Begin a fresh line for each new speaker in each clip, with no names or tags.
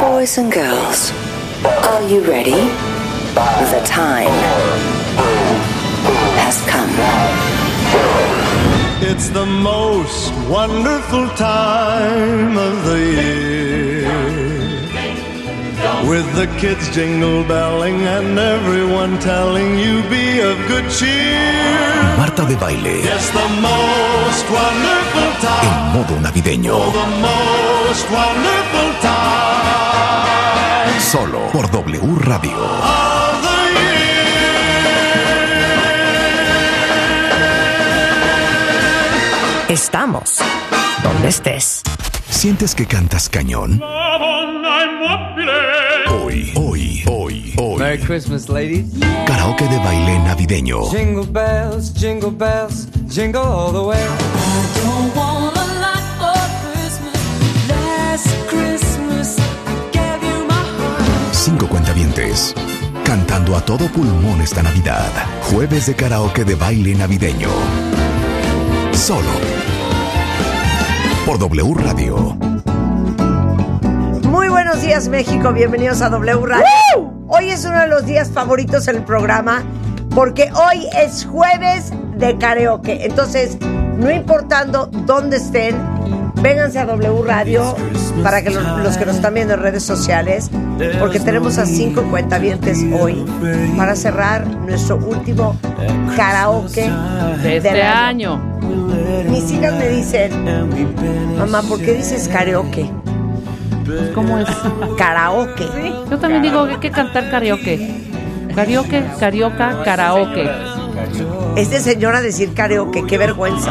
Boys and girls, are you ready? The time has come.
It's the most wonderful time of the year. With the kids jingle belling and everyone telling you be of good cheer.
Marta de baile
It's the most wonderful
en
time.
modo navideño.
Oh, the most wonderful time
Solo por W Radio.
of the year.
Estamos donde estés.
¿Sientes que cantas cañón? Hoy, hoy, hoy,
Merry
hoy.
Christmas, ladies.
Karaoke de baile navideño.
Jingle bells, jingle bells, jingle all the way.
Don't want a lot for Christmas. Last Christmas, I gave you my heart.
Cinco cuentavientes. Cantando a todo pulmón esta Navidad. Jueves de karaoke de baile navideño. Solo. Por W Radio.
Muy buenos días México, bienvenidos a W Radio. Hoy es uno de los días favoritos en el programa porque hoy es jueves de karaoke. Entonces, no importando dónde estén, vénganse a W Radio para que lo- los, que nos están viendo en redes sociales, porque tenemos a cinco cuentavientes hoy para cerrar nuestro último karaoke
de este
del
año.
Mis hijas me dicen, mamá, ¿por qué dices karaoke?
¿Cómo es?
Karaoke.
Yo también digo que hay que cantar karaoke. Karaoke, carioca, karaoke.
Es de señora decir karaoke, qué vergüenza.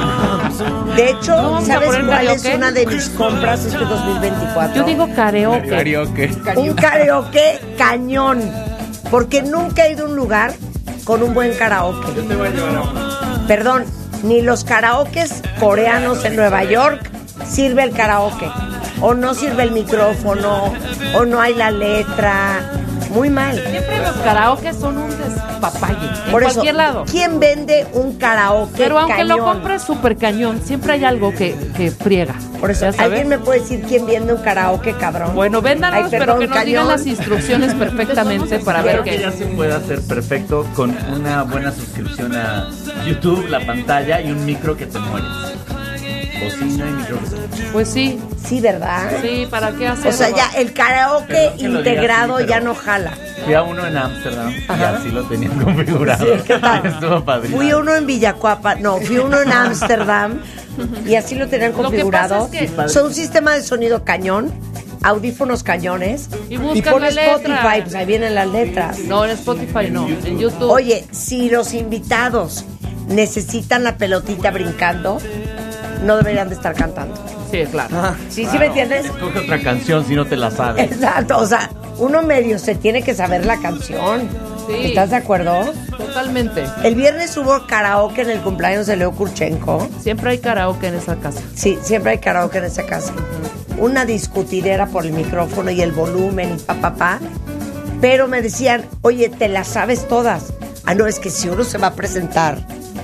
De hecho,
¿No vamos a
¿sabes
poner
cuál es
karaoke?
una de mis compras este 2024?
Yo digo karaoke.
un karaoke cañón, porque nunca he ido a un lugar con un buen karaoke. Perdón, ni los karaokes coreanos en Nueva York sirve el karaoke. O no sirve el micrófono, o no hay la letra. Muy mal.
Siempre los karaoke son un despapalle. En
Por eso,
cualquier lado.
¿quién vende un karaoke
Pero aunque lo
cañón?
compres súper cañón, siempre hay algo que, que friega.
Por eso,
Ya sabes.
¿alguien me puede decir quién vende un karaoke, cabrón?
Bueno,
Ay,
véndanos, pero
perdón,
que nos digan
cañón.
las instrucciones perfectamente para ver
Creo que
qué.
ya se puede hacer perfecto con una buena suscripción a YouTube, la pantalla y un micro que te mueres. Bocina y micro que te mueres.
Pues sí,
Sí, ¿verdad?
sí, ¿para qué hacer?
O sea, ya el karaoke
Perdón que lo diga
integrado
así,
ya
pero-
no jala.
Fui a uno en Ámsterdam y
Ajá.
así lo tenían configurado.
¿Qué tal?
Estuvo padrísimo.
Fui uno en Villacuapa, no, fui uno en Ámsterdam y así lo tenían
que pasa
configurado.
es que-
Son un sistema de sonido cañón, audífonos cañones
Y
y
buscan la
pones Spotify, pues
letra.
ahí vienen las letras.
No, en Spotify no, en YouTube.
Oye, si los invitados necesitan la pelotita brincando, no deberían de estar cantando.
Sí,
Ah,
claro.
¿Sí, sí me entiendes?
Escoge otra canción si no te la sabes.
Exacto, o sea, uno medio se tiene que saber la canción.
Sí.
¿Estás de acuerdo?
Totalmente.
El viernes hubo karaoke en el cumpleaños de Leo Kurchenko.
Siempre hay karaoke en esa casa.
Sí, siempre hay karaoke en esa casa. Una discutidera por el micrófono y el volumen y pa, pa, pa. Pero me decían, oye, te las sabes todas. Ah, no, es que si uno se va a presentar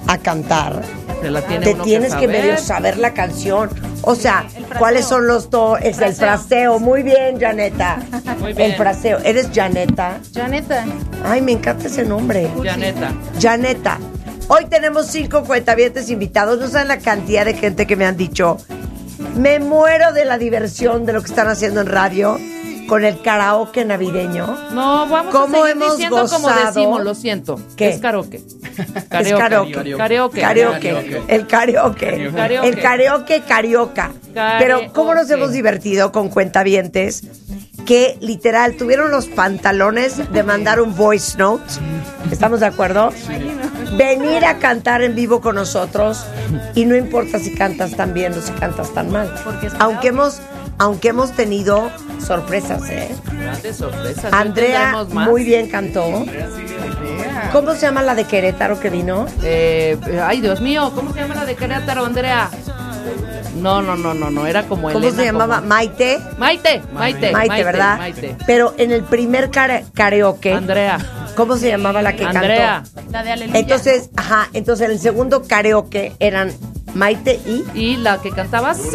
a cantar,
Te la tiene
te
uno
tienes que,
saber.
medio saber la canción. O sea, ¿cuáles son los dos? Es el fraseo. Muy bien, Janeta.
Muy bien.
El fraseo. ¿Eres Janeta?
Janeta,
Ay, me encanta ese nombre.
Ya neta.
Janeta. Hoy tenemos cinco cuentavientes invitados. No saben la cantidad de gente que me han dicho. Me muero de la diversión de lo que están haciendo en radio con el karaoke navideño.
No, vamos
¿Cómo
a seguir
hemos
diciendo como
gozado?
decimos, lo siento.
¿Qué?
Es karaoke.
Es karaoke.
Karaoke.
Karaoke. El karaoke.
Karaoke.
El karaoke carioca.
Karaoke.
Pero cómo nos hemos divertido con cuentavientes que literal tuvieron los pantalones de mandar un voice note. ¿Estamos de acuerdo? Venir a cantar en vivo con nosotros y no importa si cantas tan bien o si cantas tan mal.
Porque es karaoke.
Aunque hemos, aunque hemos tenido sorpresas, ¿eh?
Grandes sorpresas.
Andrea
¿No tendremos más?
muy bien cantó. ¿Cómo se llama la de Querétaro que vino?
Eh, eh, ay, Dios mío, ¿cómo se llama la de Querétaro, Andrea? No, no, no, no, no, era como
¿Cómo
Elena,
se llamaba?
como-
Maite.
Maite, Maite,
Maite, ¿verdad?
Maite.
Pero en el primer cara- karaoke,
Andrea,
¿cómo se llamaba la que
Andrea
cantó?
la de Aleluya.
Entonces, ajá, entonces en el segundo karaoke eran Maite y
y la que cantaba sí,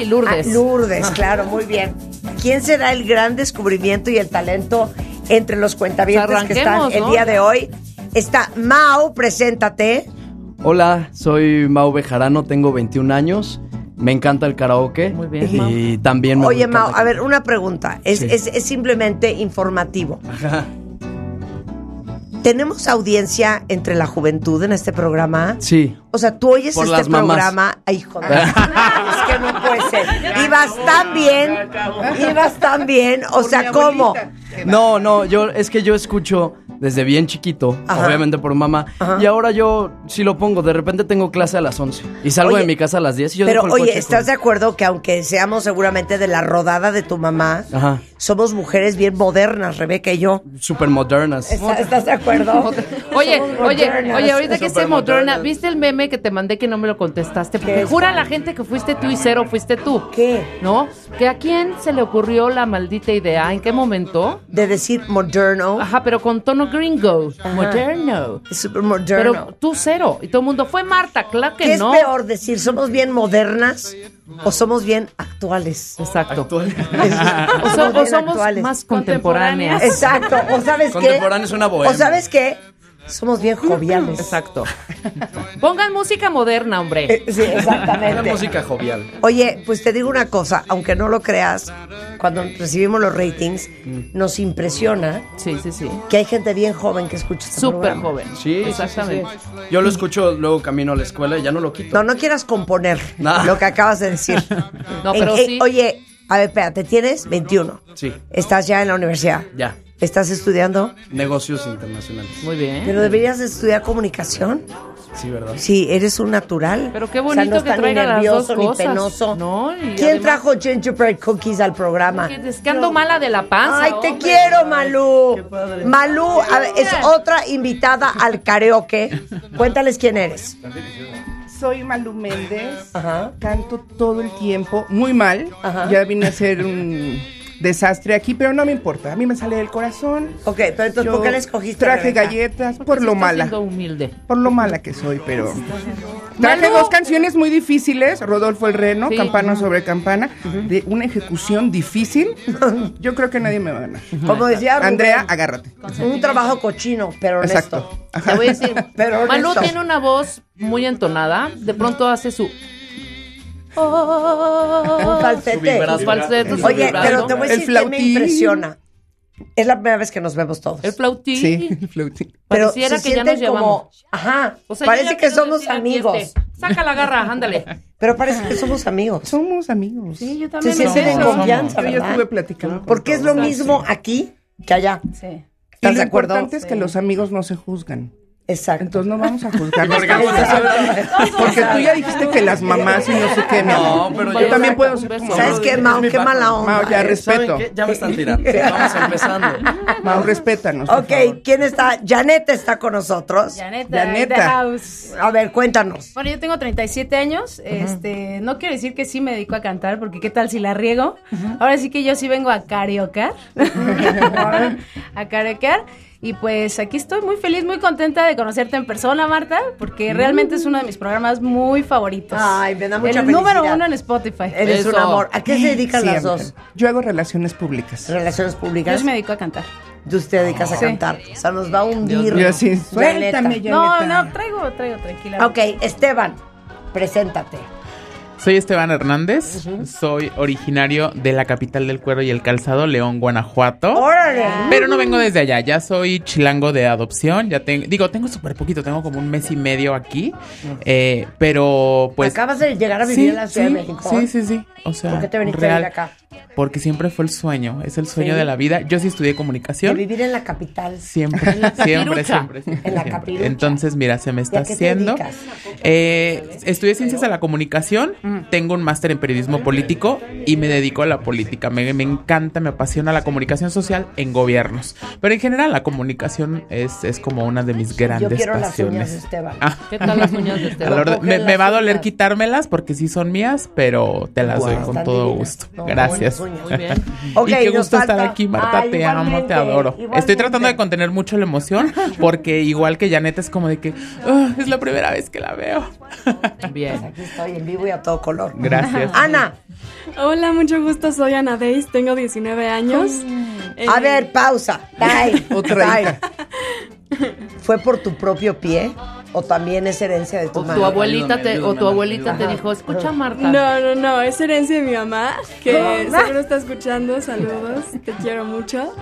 Ah,
Lourdes.
Lourdes, claro, muy bien. ¿Quién será el gran descubrimiento y el talento entre los cuentavientes que están
Pues Arranquemos,
el
¿no?
día de hoy? Está Mao, preséntate.
Hola, soy Mau Bejarano, tengo 21 años, me encanta el karaoke
Muy bien,
y también me
Oye,
gusta
Mao,
la-
a ver, una pregunta. Es,
Sí.
es- es simplemente informativo.
Ajá.
¿Tenemos audiencia entre la juventud en este programa?
Sí,
O sea, tú oyes
Por
este
las mamás.
programa. Ay, hijo de- es que no puede ser. Ibas tan bien. Ibas tan bien. O sea, ¿cómo?
no, no, yo es que yo escucho desde bien chiquito,
Ajá.
obviamente por mamá,
Ajá.
y ahora yo sí lo pongo, de repente tengo clase a las 11 y salgo
Oye,
de mi casa a las 10 y yo
Pero
dejo el
oye,
coche
¿estás
con-
de acuerdo que aunque seamos seguramente de la rodada de tu mamá,
Ajá.
somos mujeres bien modernas, Rebeca y yo?
Súper modernas.
¿Está- ¿Estás de acuerdo?
Oye,
Somos
oye,
modernas.
oye, ahorita que esté moderna,
modernas.
¿viste el meme que te mandé que no me lo contestaste?
¿Qué
Porque
es?
jura la gente que fuiste tú y cero fuiste tú.
¿Qué?
¿No? ¿Que a quién se le ocurrió la maldita idea? ¿En qué momento?
De decir moderno.
Ajá, pero con tono gringo. Moderno.
Es súper moderno.
Pero tú cero. Y todo el mundo fue Marta, claro
¿Qué
que
es
no.
peor decir, somos bien modernas o somos bien actuales?
Exacto. Ah. O,
Somos
so- o
bien
somos
actuales.
más contemporáneas.
Exacto, o sabes qué.
Contemporáneo es una bohemia.
O sabes qué, somos bien joviales.
Exacto. Pongan música moderna, hombre.
Eh, Sí,
Una
exactamente.
música jovial.
Oye, pues te digo una cosa, aunque no lo creas, cuando recibimos los ratings, nos impresiona
Mm. Sí, sí, sí.
que hay gente bien joven que escucha este
Súper
programa.
joven.
Sí,
exactamente.
Yo lo escucho luego camino a la escuela y ya no lo quito.
No, no quieras componer
No.
lo que acabas de decir.
No,
En-
pero
eh,
sí.
Oye, a ver, espérate, tienes 21.
Sí,
Estás ya en la universidad.
ya.
Estás estudiando.
Negocios internacionales.
Muy bien.
Pero deberías de estudiar comunicación.
Sí, ¿verdad?
Sí, eres un natural.
Pero qué bonito
no
que
está ni
traiga las
nervioso,
dos
ni
cosas,
penoso.
¿no? Y
¿Quién
además-
trajo gingerbread cookies al programa?
Que es que ando mala de la panza.
Ay, te
hombre.
quiero, Malú. Malú a ver, es otra invitada al karaoke. Cuéntales quién eres.
Soy Malu Méndez,
Ajá.
canto todo el tiempo, muy mal.
Ajá.
Ya vine a ser un desastre aquí, pero no me importa. A mí me sale del corazón.
Ok, pero entonces,
Yo
¿por qué la escogiste?
Traje
Rebeca?
galletas
Porque
por
sí
lo
está
mala.
siendo humilde.
Por lo mala que soy, pero. Traje
Malú.
dos canciones muy difíciles: Rodolfo el Reno,
Sí.
Campana sobre Campana, de una ejecución difícil. Yo creo que nadie me va a ganar.
Como decía Rubén,
Andrea, agárrate.
un trabajo cochino, pero honesto.
Exacto. Ajá.
Te voy a decir.
Pero
Malú
honesto.
tiene una voz muy entonada. De pronto hace su. Oh,
Un falsete.
Los falsetos. su
Oye,
vibrato.
pero te voy a
El
decir que me
flautín.
impresiona. Es la primera vez que nos vemos todos.
El flautín.
Sí, flautín.
pero
Pareciera
se
que ya
sienten
nos
como,
llevamos.
ajá,
O sea, yo
parece
ya
que
quiero
somos
decirle a ti,
amigos,
este, Saca la garra, ándale.
pero parece que somos amigos.
Somos amigos.
yo
Se
Somos.
sienten en confianza,
Yo ya
¿verdad?
estuve platicando. con
Porque es lo
todos.
mismo aquí que allá.
Y
¿Estás
lo
de acuerdo?
importante es que los amigos no se juzgan.
Exacto.
Entonces no vamos a juzgar. Porque tú ya dijiste que las mamás y no sé qué. No,
No, pero
yo
yo-
también puedo
Un
ser
beso.
como-
¿Sabes qué, Mau?
Es mi
Qué
background.
mala onda.
Mau, ya
Eh, ¿saben
respeto.
qué? Ya me están tirando. Vamos empezando.
Mau, respétanos. por
Ok, ¿quién está? Janet está con nosotros.
Yaneta,
Yaneta.
in the house.
A ver, cuéntanos.
Bueno, yo tengo 37 años. Este, no quiero decir que sí me dedico a cantar, porque qué tal si la riego. Ahora sí que yo sí vengo a cariocar. a cariocar. Y pues aquí estoy muy feliz, muy contenta de conocerte en persona, Marta, porque realmente es uno de mis programas muy favoritos.
Ay, me da mucha
El número
felicidad.
uno en Spotify.
Eres un
Eso.
amor. ¿A qué se dedican
favor.
las dos?
Siempre. Yo hago relaciones públicas.
Relaciones
Yo
públicas.
sí me dedico a cantar.
Tú te dedicas a cantar. O sea, nos va a hundir.
Yo sí.
Janeta.
Suéltame, Yaneta.
No, no, traigo, traigo, tranquila.
Ok, Esteban, preséntate.
Soy Esteban Hernández, soy originario de la capital del cuero y el calzado, León, Guanajuato.
Órale.
Pero no vengo desde allá, ya soy chilango de adopción, ya tengo, digo, tengo súper poquito, tengo como un mes y medio aquí, eh, pero pues...
Acabas de llegar a vivir
Sí,
en la Ciudad
sí,
de México.
Sí, sí, sí. O sea,
¿Por qué te viniste a
real,
vivir acá?
Porque siempre fue el sueño, es el sueño
Sí.
de la vida. Yo sí estudié
De
comunicación.
vivir en la capital.
Siempre, siempre, siempre,
capirucha.
siempre,
En la
siempre.
capirucha.
Entonces, mira, se me
¿Y
está
a qué te
haciendo.
dedicas?
Eh, estudié ciencias de la comunicación, tengo un máster en periodismo político y me dedico a la política. Me, me encanta, me apasiona la comunicación social en gobiernos. Pero en general, la comunicación es, es como una de mis
Yo
grandes
quiero las uñas de
pasiones.
Esteban.
Ah,
¿Qué tal las uñas de
a
este?
la orden-
coge
me,
las
me va a doler
uñas.
quitármelas porque sí son mías, pero te las
Guau,
doy con
están
todo
divinas.
gusto.
No,
Gracias.
uñas.
Muy bien. y qué gusto estar aquí, Marta. te amo, te adoro. Estoy tratando de contener mucho la emoción porque igual que Janet es como de que "Ah, es la primera vez que la veo.
Bien. Pues Aquí estoy en vivo y a todo color.
Gracias.
Ana.
Hola, mucho gusto. Soy Ana Deis, tengo 19 años.
A ver, pausa. Time.
Otra
Time. ¿Fue por tu propio pie o también es herencia de tu
O
madre?
tu abuelita te, o tu abuelita te
Ajá.
dijo, escucha Marta.
No, no, no, es herencia de mi mamá, que
Mamá.
seguro está escuchando. Saludos, te quiero mucho.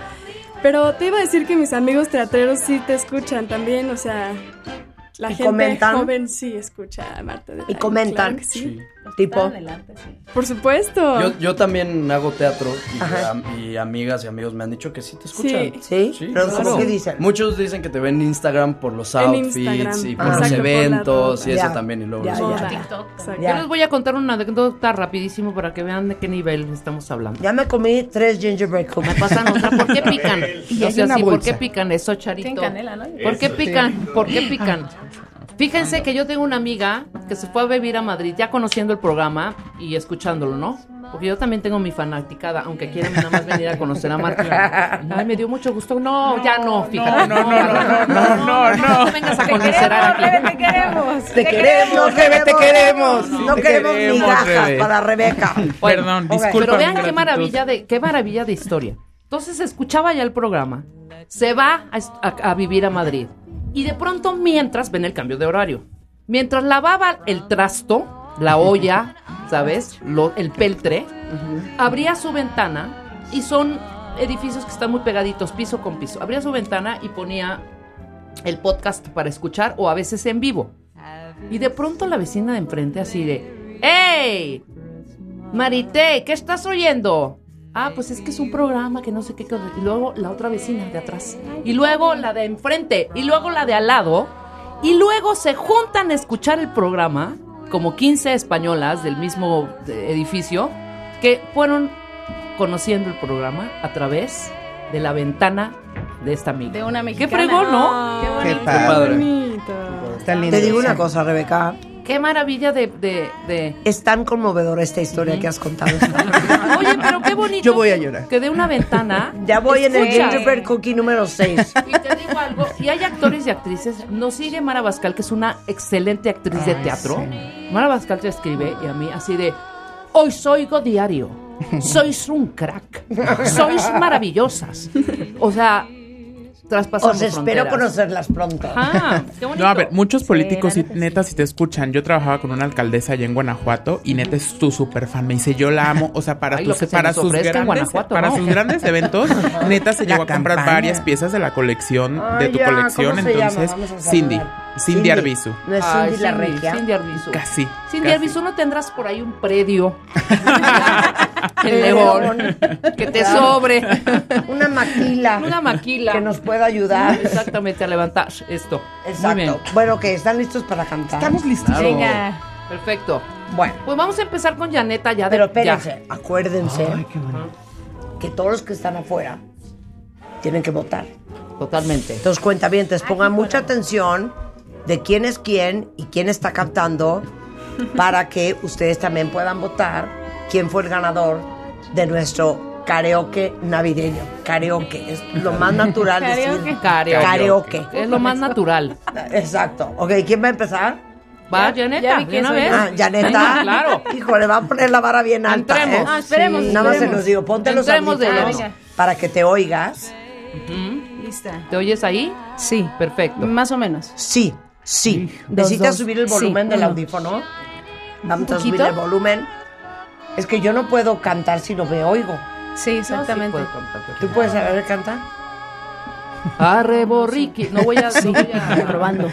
Pero te iba a decir que mis amigos teatreros sí te escuchan también, o sea, la
¿Y
gente
comentan?
joven sí escucha a Marta. de
Y
Baile,
comentan.
claro que sí.
Tipo.
Por supuesto.
Yo, yo también hago teatro y, am- y amigas y amigos me han dicho que sí te escuchan.
Sí. Pero ¿cómo
claro.
que dicen?
Muchos dicen que te ven en Instagram por los
En
outfits
Instagram.
y por
Ah.
los
Exacto, por la
eventos
ropa.
y
Ya.
eso también. Y luego
Ya,
los
ya.
escuchan.
Yo les voy a contar una anécdota rapidísimo para que vean de qué nivel estamos hablando.
Ya me comí tres gingerbread cookies. Me pasan otra.
¿Por qué pican?
Y
O
es
sea,
una
sí, ¿por
bolsa.
qué pican eso, Charito?
canela, ¿no?
¿Por qué
Eso.
pican?
Sí.
¿Por qué pican? Fíjense que yo tengo una amiga que se fue a vivir a Madrid ya conociendo el programa y escuchándolo, ¿no? Porque yo también tengo mi fanaticada, aunque quieran nada más venir a conocer a Marta. Ay, me dio mucho gusto. No, ya no, fíjate. No, no, no, no, no, no, no. vengas a conocer a
te queremos.
Te queremos, Rebe, te queremos. No
te
queremos
queremos,
migajas
Rebe.
para Rebeca.
Perdón,
Ok.
disculpa.
Pero vean
mi
qué
gratitud.
maravilla de qué maravilla de historia. Entonces escuchaba ya el programa, se va a, est- a- a vivir a Madrid y de pronto mientras ven el cambio de horario, mientras lavaba el trasto, la olla, sabes, Lo- el peltre, abría su ventana y son edificios que están muy pegaditos piso con piso. Abría su ventana y ponía el podcast para escuchar o a veces en vivo. Y de pronto la vecina de enfrente así de, ¡Ey! Marité, ¿qué estás oyendo? Ah, pues es que es un programa que no sé qué cosa. Y luego la otra vecina de atrás. Y luego la de enfrente. Y luego la de al lado. Y luego se juntan a escuchar el programa, como 15 españolas del mismo eh, edificio, que fueron conociendo el programa a través de la ventana de esta amiga.
De una mexicana.
Qué fregón, ¿no?
Qué
Qué
padre.
padre.
Está
lindo.
Te digo una cosa, Rebeca.
Qué maravilla de... de, de...
Es tan conmovedora esta historia que has contado.
Oye, pero qué bonito.
Ah, Yo voy a llorar.
Que de una ventana...
Ya voy en el
escuchas.
gingerbread cookie número 6.
Y hay actores y actrices. Nos sigue Mara Bascal, que es una excelente actriz de teatro. Mara Bascal te escribe y a mí así de, hoy oigo diario. Sois un crack. Sois maravillosas. O sea, traspasamos
Os espero
fronteras.
conocerlas pronto.
Ajá, qué bonito.
No, a ver, muchos políticos, y, neta, si te escuchan, yo trabajaba con una alcaldesa allá en Guanajuato y neta es tu super fan. Me dice, yo la amo. O sea, para,
Ay,
tus-
lo que se
para,
nos
sus,
ofrezca en
grandes,
Guanajuato,
para
¿no?
sus grandes eventos, neta se llegó a comprar varias piezas de la colección, de
Ay,
tu
ya, ¿cómo
colección.
se llama?
Entonces,
Vamos a saludar.
Cindy, Cindy,
Cindy.
Arbizu.
No es
Ay,
Cindy la
Cindy,
regia.
Cindy Arbizu.
Casi.
Cindy
casi.
Arbizu, no tendrás por ahí un predio en León que te sobre.
Una maquila.
Una maquila.
Que nos pueda ayudar.
Exactamente, a levantar esto. Muy bien.
Exacto. Bueno, que están listos para cantar. Estamos listos.
Claro. Venga. Perfecto.
Bueno.
Pues vamos a empezar con Janeta ya de
Pero
ya.
espérense, acuérdense que todos los que están afuera tienen que votar.
Totalmente.
Entonces, cuentavientes, pongan mucha atención de quién es quién y quién está cantando para que ustedes también puedan votar quién fue el ganador de nuestro karaoke navideño. Karaoke, es lo más natural decir.
Karaoke.
Karaoke.
Es lo más natural.
Exacto. Ok, ¿quién va a empezar?
Va, Janeta,
ya vi
de
quién
una
soy.
vez.
Ah, Janeta.
Venga, claro.
Híjole, va a poner la vara bien alta.
Entremos.
¿eh?
Ah, esperemos,
Nada más se
esperemos.
los digo, ponte los
Entremos de
audífonos
lleno.
para que te oigas.
Lista.
¿Te oyes ahí?
Sí.
Perfecto.
Más o menos.
Sí, sí. Necesitas subir el volumen del audífono. Vamos a subir
poquito?
el volumen. Es que yo no puedo cantar si no me oigo.
Sí, exactamente.
¿Tú puedes saber cantar?
Arre, borriqui. No voy a... No voy a
probando.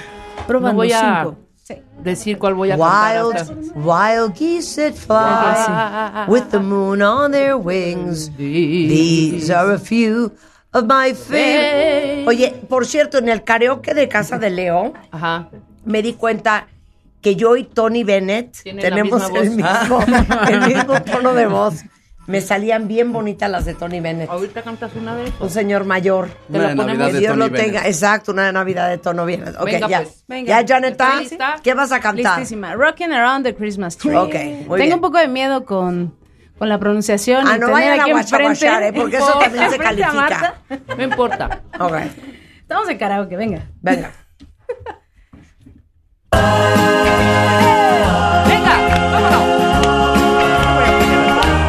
no voy a
cinco.
decir cuál voy a cantar
wild,
hasta-
wild geese that fly with the moon on their wings. These are a few of my favorite. Oye, por cierto, en el karaoke de Casa de Leo, me di cuenta que yo y Tony Bennett
Tienen la
tenemos
misma
el mismo,
voz.
el mismo tono de voz. Me salían bien bonitas las de Tony Bennett.
Ahorita cantas una de
Un señor mayor.
Te la Una de ponemos. Navidad
que
de
Dios
Tony
lo
Bennett.
tenga. Exacto, una de Navidad de Tono Bennett. Ok,
Venga,
ya.
pues.
Venga.
Ya, Janeta,
¿Estoy lista?
¿qué vas a cantar?
Listísima. Rocking Around the Christmas Tree.
Ok, muy
Tengo
bien.
un poco de miedo con, con la pronunciación.
Ah,
y
no
tener
vayan a
aquí enfrente-
guachaguachar, ¿eh? Porque eso también se
enfrente a
califica.
Marta.
No importa.
Estamos en karaoke, venga.
Venga.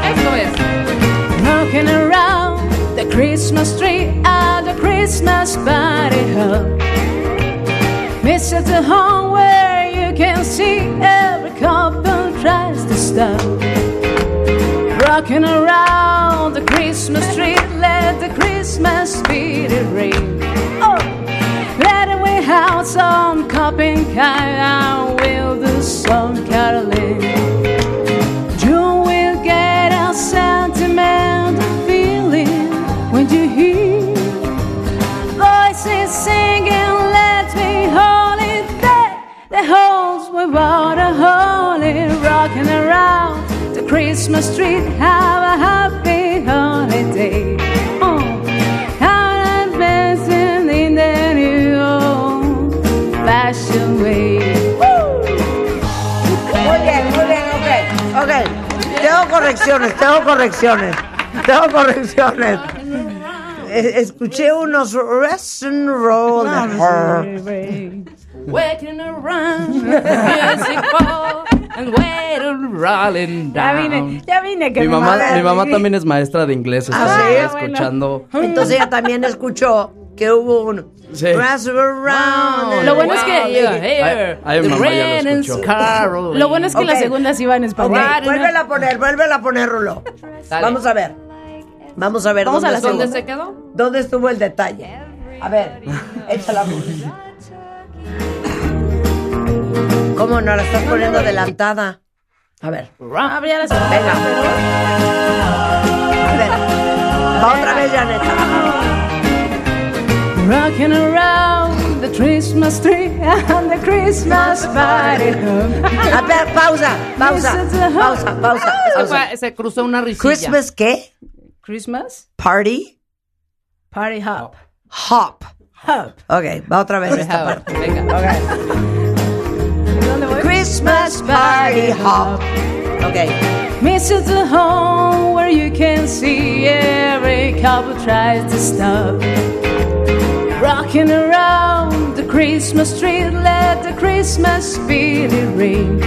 Esto es.
Walking around the Christmas tree at the Christmas party hop. This is the home where you can see every couple tries to stop. Rocking around the Christmas tree, let the Christmas spirit ring. Oh, let it we have some cupping kind, and we'll do some caroling. You will get a sentimental feeling when you hear voices singing, Let me hold it there. The holes without a hole in rocking around the Christmas tree. Have a happy holiday. Oh, have an blessing in the new old fashioned way.
Muy bien, muy bien, ok. Ok. Tengo correcciones, tengo correcciones. Tengo correcciones. Eh, Escuché unos rest and roll.
Waiting around music hall and wait on rolling
Ya
down.
vine, ya vine. Que
Mi
me
mamá,
manda
mi mamá
escribir.
también es maestra de inglés,
Ah,
estaba
¿sí? Ah, bueno.
escuchando.
Entonces ella también escuchó que hubo un
Sí.
rest around.
Lo bueno es que-
Ay, ay, mamá, ya lo escuchó.
Lo bueno es que la segunda sí va en español.
Ok, Vuélvela a poner, vuélvela a poner, Rulo. Vamos a ver. Vamos a ver.
Vamos a la
estuvo.
segunda. ¿Dónde se
quedó?
¿Dónde estuvo el detalle? A ver, échala. ¿Cómo no la estás poniendo adelantada? A ver.
Abría las-
Venga. A ver. Va otra vez, Janeta.
Rocking around the Christmas tree and the Christmas party.
A ver, pausa, pausa, pausa, pausa.
Se,
pausa.
fue- se cruzó una risilla.
¿Christmas qué?
Christmas
Party
Party Hop.
Hop. Ok, va otra vez esta parte. Christmas party hop. Ok.
This is the home where you can see every couple tries to stop. Rocking around the Christmas tree, let the Christmas spirit ring.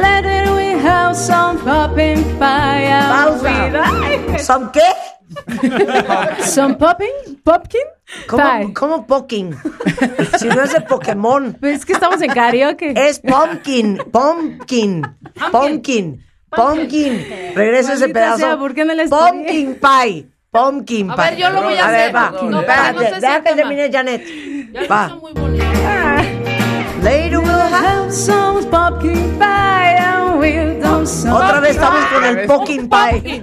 Let it we have some popping fire.
Pausa. ¿Son qué?
¿Son popping? ¿Popkin?
¿Cómo, ¿Cómo poking? Si no es de Pokémon.
es que estamos en karaoke.
Es pumpkin, pumpkin, pumpkin, pumpkin. Regresa ese
Maldita
pedazo.
sea, ¿por qué no la estudié?
pumpkin pie. Pumpkin pie.
A ver, yo lo voy a hacer.
va.
No, no,
Espérate,
no sé si
deja
el
que
tema.
termine Janet. Va.
Later we'll have some pumpkin pie and we'll dance some
Otra vez estamos con el
pumpkin
pie.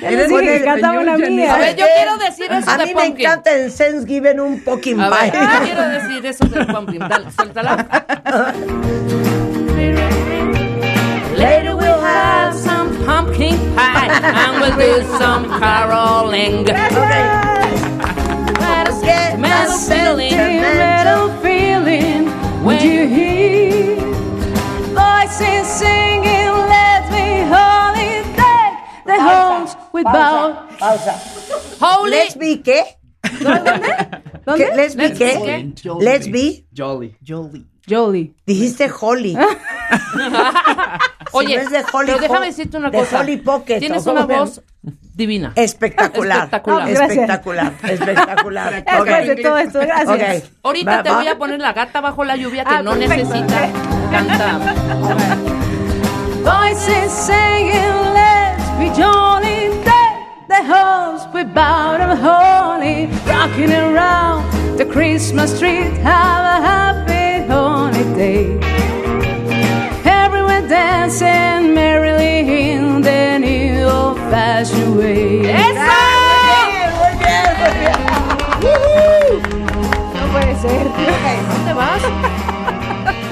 les dije que cantaba una mía.
A ver, yo quiero decir eso
A
de
mí me
pumpkin.
encanta el Thanksgiving un pumpkin
A ver, yo
pie.
quiero decir eso del pumpkin. Dale, suéltala.
Later we'll
Have some pumpkin pie and we'll do some caroling.
Get
Metal
a
feeling.
sentimental feeling when you hear voices singing, let me holy thank the homes without.
Pausa.
Holy.
Let's be qué? ¿Dónde? ¿Let's be
Let's
qué? Let's be.
Jolly.
Jolly.
Jolly.
Dijiste Holly.
Oye,
no es de Holly
pero déjame
Ho-
decirte una
de
cosa.
Holly Pocket,
Tienes
¿o
una
cómo
voz divina.
Espectacular.
Espectacular.
espectacular. Espectacular.
Después
Ok.
de todo esto,
gracias.
Ok.
Ahorita
Va-
te
va-
voy a poner la gata bajo la lluvia que
Ah,
no
perfecto.
necesita tanta.
Voices singing, let's be jolly. Thank the homes without a holy. Rocking around the Christmas tree, have a happy holiday. Everyone dancing merrily in the new old fashioned way.
Muy bien, muy bien.
No puede ser.
¿Dónde vas?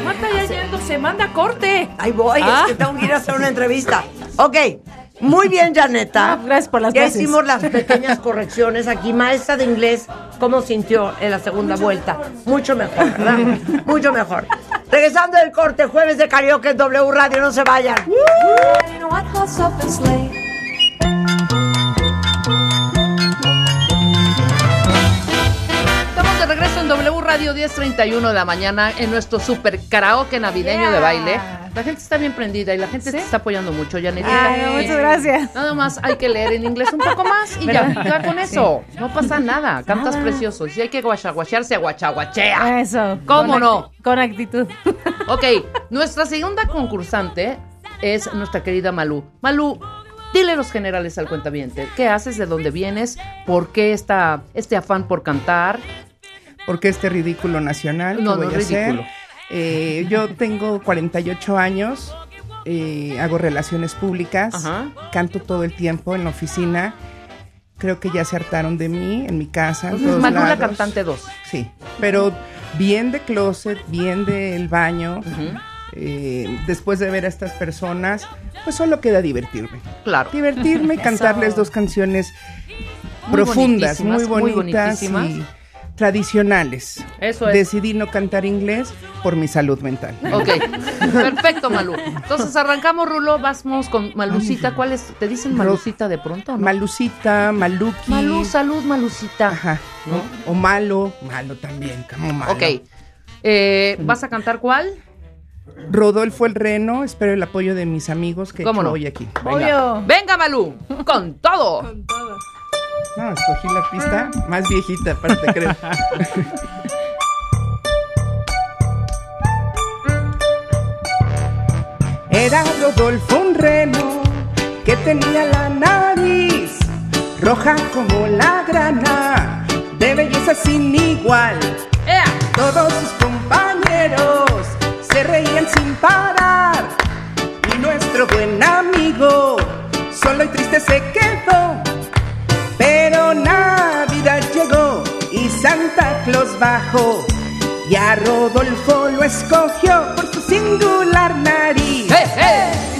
Marta ya yendo, se manda corte.
Ahí voy,
Ah.
es que tengo que ir a hacer una entrevista. Ok, muy bien, Janeta. gracias por las Ya
clases.
hicimos las pequeñas correcciones aquí. Maestra de inglés, ¿cómo sintió en la segunda vuelta? Mucho mejor, ¿verdad? Mucho mejor. Regresando del corte, jueves de karaoke en W Radio, no se vayan.
Estamos de regreso en W Radio 1031 de la mañana en nuestro super karaoke navideño de baile. La gente está bien prendida y la gente te está apoyando mucho, Janet.
Ay, muchas gracias.
Nada más hay que leer en inglés un poco más y ya,
¿Verdad?
ya con eso.
Sí.
No pasa nada. Cantas
Nada.
precioso. Si hay que guachaguachearse, guachaguachea.
Eso.
¿Cómo
Con
no?
ac- Con actitud.
Ok, nuestra segunda concursante es nuestra querida Malú. Malú, dile los generales al cuentaviente. ¿Qué haces? ¿De dónde vienes? ¿Por qué esta, este afán por cantar?
Porque este ridículo nacional que
No, no
voy a
es
hacer?
ridículo.
Eh, yo tengo 48 años, eh, hago relaciones públicas,
Ajá.
canto todo el tiempo en la oficina. Creo que ya se hartaron de mí en mi casa. en
Entonces,
todos
Malú la
lados.
cantante 2.
Sí, pero bien de closet, bien del baño. Eh, después de ver a estas personas, pues solo queda divertirme.
Claro.
Divertirme y cantarles dos canciones
Muy
profundas, muy
bonitísimas, muy
bonitas y
bonitísimas.
tradicionales.
Eso es.
Decidí no cantar inglés por mi salud mental.
Ok, perfecto, Malú. Entonces arrancamos, Rulo. Vamos con Malucita. ¿Cuál es? ¿Te dicen Malucita de pronto? o no?
Malucita, Maluki.
Malú, salud, Malucita.
Ajá. O, o malo, malo también, como malo.
Ok. Eh, ¿Vas a cantar cuál?
Rodolfo el Reno, espero el apoyo de mis amigos que
¿Cómo no?
hoy aquí.
Obvio. Venga, Malú, con todo.
No, escogí la pista más viejita, aparte creo. Era Rodolfo un reno que tenía la nariz roja como la grana, de belleza sin igual. Todos sus compañeros se reían sin parar y nuestro buen amigo solo y triste se quedó. Pero Navidad llegó y Santa Claus bajó. Y a Rodolfo lo escogió por su singular nariz.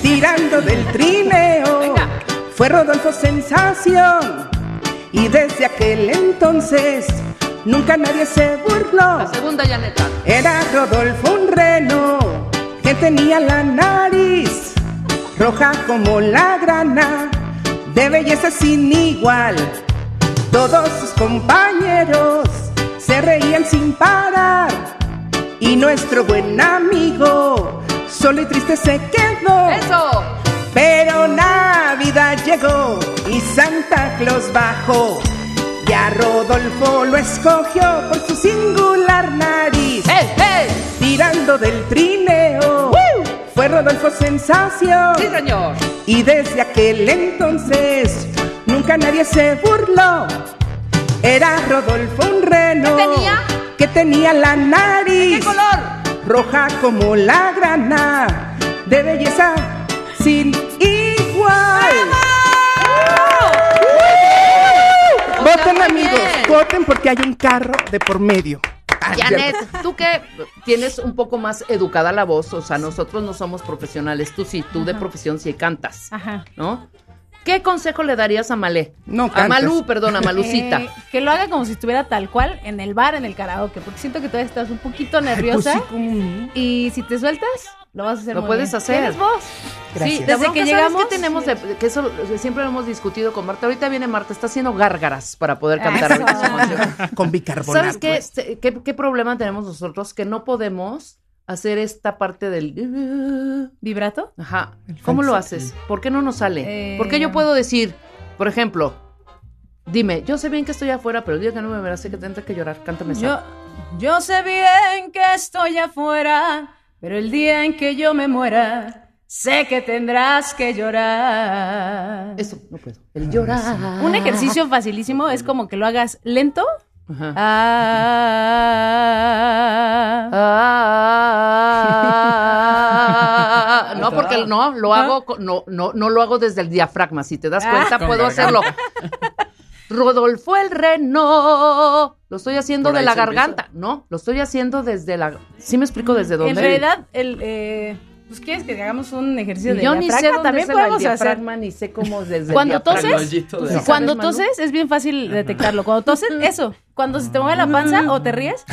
Tirando del trineo, fue Rodolfo sensación. Y desde aquel entonces, nunca nadie se burló.
La segunda, Yaneta.
Era Rodolfo un reno que tenía la nariz roja como la grana, de belleza sin igual. Todos sus compañeros se reían sin parar y nuestro buen amigo solo y triste se quedó.
¡Eso!
Pero Navidad llegó y Santa Claus bajó. Y a Rodolfo lo escogió por su singular nariz. Tirando del trineo. Fue Rodolfo sensación.
Sí, señor.
Y desde aquel entonces nunca nadie se burló. Era Rodolfo un reno.
tenía?
Que tenía la nariz. qué color? Roja como la grana. De belleza sin igual. ¡Uh!
O sea,
Voten
muy
amigos,
bien.
voten porque hay un carro de por medio. Ah,
Janet,
cierto.
tú que tienes un poco más educada la voz, o sea, nosotros no somos profesionales, tú sí, tú de profesión sí cantas,
Ajá.
¿no? ¿Qué consejo le darías a Malé?
No,
a
cantas.
Malú, perdón, a Malucita.
Eh, que lo haga como si estuviera tal cual en el bar, en el karaoke, porque siento que todavía estás un poquito nerviosa.
Pues sí, ¿cómo no?
Y si te sueltas, lo vas a hacer
Lo
muy
puedes
bien.
hacer.
Tienes voz.
Sí, desde que llegamos que tenemos de- que eso eh, siempre lo hemos discutido con Marta. Ahorita viene Marta, está haciendo gárgaras para poder cantar ahorita su canción.
Con bicarbonato.
¿Sabes qué, Se- qué qué problema tenemos nosotros que no podemos hacer esta parte del
vibrato?
Ajá. ¿Cómo lo haces? ¿Por qué no nos sale?
Eh,
¿Por qué yo puedo decir, por ejemplo, dime, yo sé bien que estoy afuera, pero el día que no me verás sé que tendré que llorar, cántame
Yo,
esa.
yo sé bien que estoy afuera, pero el día en que yo me muera, sé que tendrás que llorar.
Eso, no puedo. El llorar.
Un ejercicio facilísimo es como que lo hagas lento.
Ajá.
Ah.
Ah, no, porque no, lo hago, co- no, no, no lo hago desde el diafragma. Si te das
Ah.
cuenta,
Con
puedo hacerlo.
garganta.
Rodolfo el reno. Lo estoy haciendo
¿Por
de
ahí
la
se empieza?
garganta. No, lo estoy haciendo desde la. ¿Sí me explico desde dónde?
En realidad, el, eh, pues quieres que hagamos un ejercicio de
yo ni sé
diafragma?
dónde
también
es el
podemos hacer.
diafragma, ni sé cómo desde el
Cuando
diafragma.
toses,
¿Tú sí
cuando
sabes, Manu?
toses es bien fácil detectarlo. Cuando toses, eso. Cuando se te mueve la panza o te ríes.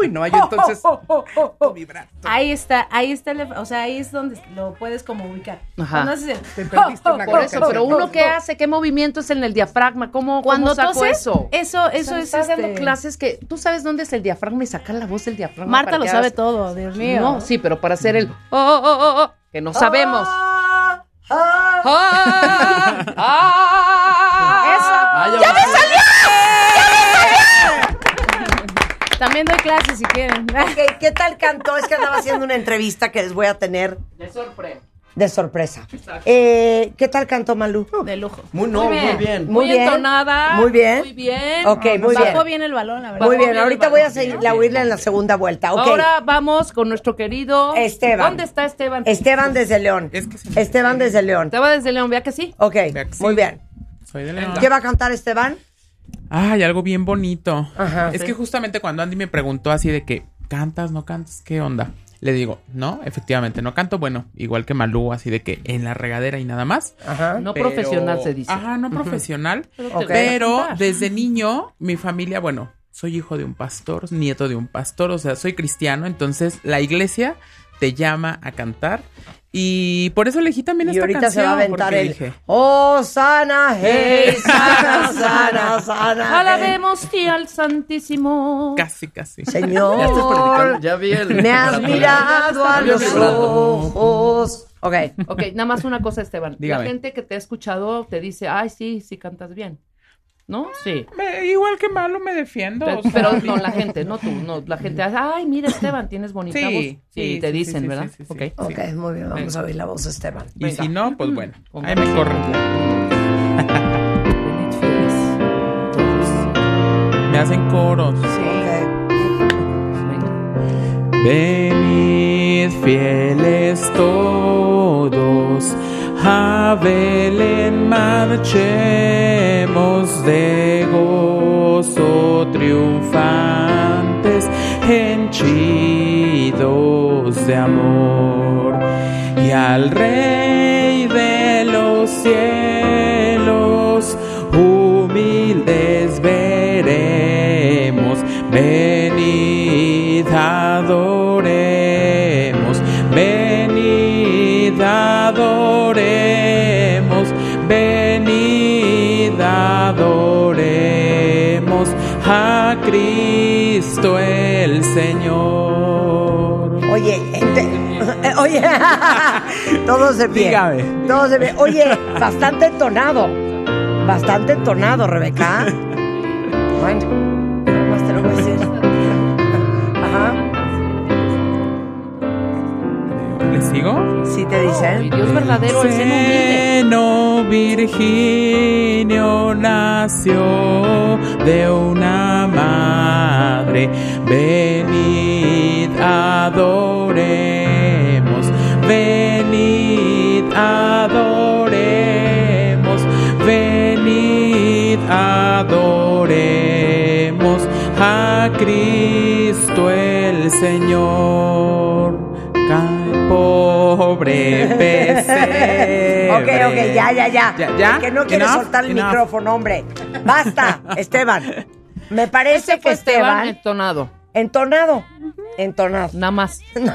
Uy, no, hay entonces.
Oh, Ahí está, ahí está, el, o sea, ahí es donde lo puedes como ubicar.
Ajá.
Cuando haces el-
Te
perdiste una
Por eso,
coca.
pero uno qué hace, qué movimiento es en el diafragma, cómo
Cuando
cómo saco
toses,
eso.
eso- eso es,
Estás dando
este-
clases que tú sabes dónde es el diafragma y sacar la voz del diafragma.
Marta
para
lo
que
sabe
hagas-
todo, Dios mío.
No, sí, pero para hacer el oh, oh, oh, oh, que no sabemos.
Ah,
Ah.
Eso.
¡Ya me
salió! También doy clases si quieren.
Ok, ¿qué tal cantó? Es que andaba haciendo una entrevista que les voy a tener
De sorpresa.
de sorpresa. Eh, ¿Qué tal cantó Malú?
De lujo.
Muy,
no, Muy muy bien. bien.
Muy
Muy
bien.
entonada,
Muy bien.
muy bien. Ah,
Ok, muy bien.
Bajó bien el balón, la verdad.
Muy bien,
Bajó
ahorita
el
voy a
balón.
seguir, la huirla en la segunda vuelta. ok.
Ahora vamos con nuestro querido
Esteban.
¿Dónde está Esteban?
Esteban desde León. Esteban desde León.
Esteban desde León, vea que sí.
Ok, muy bien.
Soy de León.
¿Qué va a cantar Esteban?
Ay, algo bien bonito. es
Sí.
que justamente cuando Andy me preguntó así de que, ¿cantas, no cantas? ¿Qué onda? Le digo, no, efectivamente, no canto. Bueno, igual que Malú, así de que en la regadera y nada más.
No
Pero-
profesional se dice.
Ajá, no profesional.
Pero te
Pero,
voy a contar.
desde niño, mi familia, bueno, soy hijo de un pastor, nieto de un pastor, o sea, soy cristiano, entonces la iglesia te llama a cantar. Y por eso elegí también
Y
esta
ahorita se
canción.
va a aventar
porque
el
dije,
Oh, sana, hey, sana, sana, sana. hey.
Alabemos ti al Santísimo.
Casi, casi.
Señor.
Ya estás practicando, ya vi el-
Me has
la-
mirado a
Había
los
vibrado.
ojos. Ok.
Ok, nada más una cosa, Esteban.
Dígame.
La gente que te ha escuchado te dice, ay, sí, sí cantas bien. ¿No? Sí.
"Me- igual que Malú me defiendo.
Pero,
o sea,
pero no la gente, no tú, no. La gente hace, ay, mira, Esteban, tienes bonita
Sí,
voz.
sí,
Sí, te
sí, sí,
dicen,
sí,
¿verdad?
sí, sí, sí.
ok.
Ok, muy bien. Vamos a oír la voz de Esteban. Mm.
Y
Venga.
si no, pues bueno, ahí me corren. Me hacen coros. Venid fieles todos, a Belén marchemos de gozo triunfantes, henchidos de amor. Y al Rey de los cielos, humildes veremos, venid adoremos, venid adoremos, venid adoremos a Cristo el Señor.
Oye, ente- oye, todos de pie. Todos de pie. Oye, bastante entonado. Bastante entonado, Rebeca. Bueno, pero más te lo voy a decir. Ajá.
¿Le sigo?
Sí te dicen.
Dios verdadero, el seno humilde.
seno virginio nació de una madre. Venid, adoremos, venid, adoremos, venid, adoremos a Cristo el Señor. Cae pobre pesebre.
Ok, ok, ya, ya, ya.
¿Ya? ya?
Que no quiere
Enough,
soltar el
enough.
micrófono, hombre. Basta, Esteban. Me parece que
Fue
Esteban.
Esteban
eh.
entonado.
Entonado. Entonado.
Nada más. ¿Cómo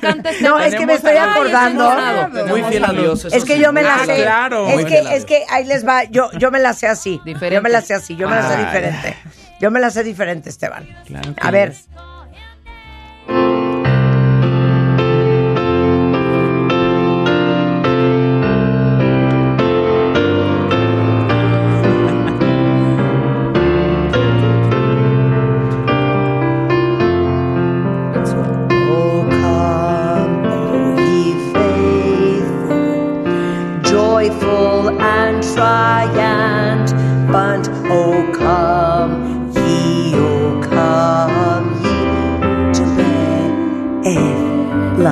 canta este Esteban?
No, es que me estoy
Ay, es
acordando.
entonado.
Muy fiel a Dios. eso
Es que
sí.
yo me la
Ah,
sé.
claro.
Es
Muy
que,
fiel a
es que ahí les va. Yo, yo me la sé así.
Diferente.
Yo me la sé así. Yo me la sé
Ay.
diferente. Yo me la sé diferente, Esteban.
Claro que
A ver.
es.
Oh, come, O ye faithful, joyful and triumphant. Oh, come ye, oh, come ye to Bethlehem.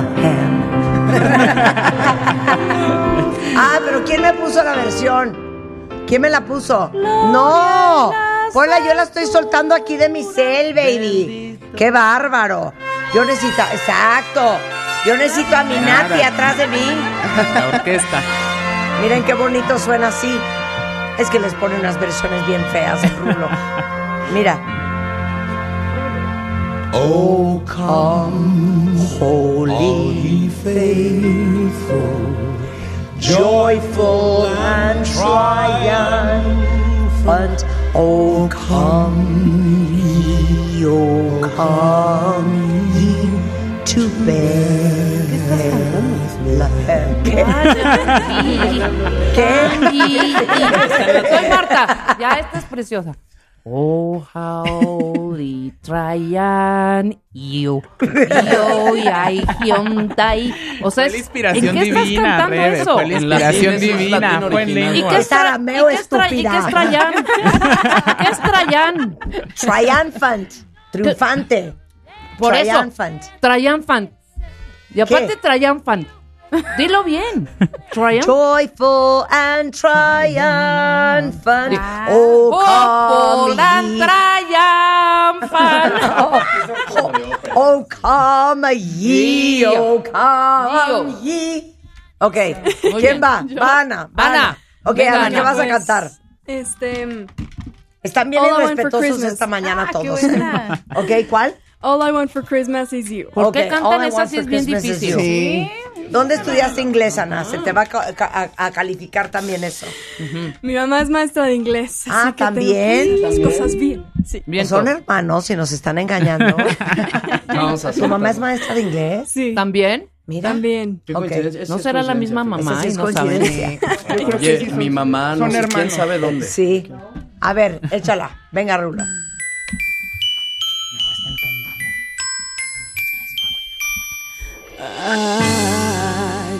ah, pero ¿quién me puso la versión? ¿Quién me la puso? ¡No! Hola, yo la estoy soltando aquí de mi cel, baby. ¡Qué bárbaro! Yo necesito, exacto. Yo necesito a mi Nati atrás de mí.
La orquesta.
Miren qué bonito suena así. Es que les pone unas versiones bien feas el rulo. Mira.
Oh, come, holy, faithful, joyful and triumphant. Oh, come ye, oh, come ye to Bethlehem.
Soy Marta. Ya esta es preciosa. Oh, holy Traian, you, yo, yai, hyundai. O sea, es-
inspiración
¿en qué estás
divina,
cantando
Rebe,
eso?
fue la En latín, inspiración eso es divina, latín fue en original. lengua.
¿Y qué es,
Es
tra-
arameo,
y qué es tra- ¿Y qué es
estúpida.
Traian? ¿Qué es Traian?
Triumphant. Triunfante.
Por
Triumphant.
eso. Triumphant. Y aparte, triumphant. Dilo bien. Triumphant.
Joyful and triumphant. Oh, come ye. Oh, come ye. Oh, come ye. Ok. ¿Quién va? Va Ana. va Ana. Ok,
Venga,
Ana, ¿qué
Ana.
vas a
Pues,
cantar?
Este.
Están bien
All I Want for
irrespetuosos
Christmas.
esta mañana
Ah, qué
todos.
buena.
ok, ¿cuál?
All I want for Christmas is you.
¿Por qué Ok, cantan all I esa want si for es bien Christmas is difícil? you. Sí. ¿Dónde estudiaste inglés, Ana? Se te va a, ca- ca- a- a calificar también eso.
Mi mamá es maestra de inglés.
Ah,
así que tengo
¿también?
que ir Las
También.
cosas bien. Sí.
Pues Son hermanos y nos están engañando.
Vamos a
¿Tu mamá es maestra de inglés?
Sí.
¿También?
Mira.
También.
Qué
Ok.
coincidencia, esa
¿No
es
será la misma
coincidencia. Esa
mamá?
sí
y
es
no saben?
coincidencia.
Oye, mi mamá, Ah, no
son
sé quién
hermanos.
sabe dónde.
Sí. A ver, échala. Venga, Rulo.
I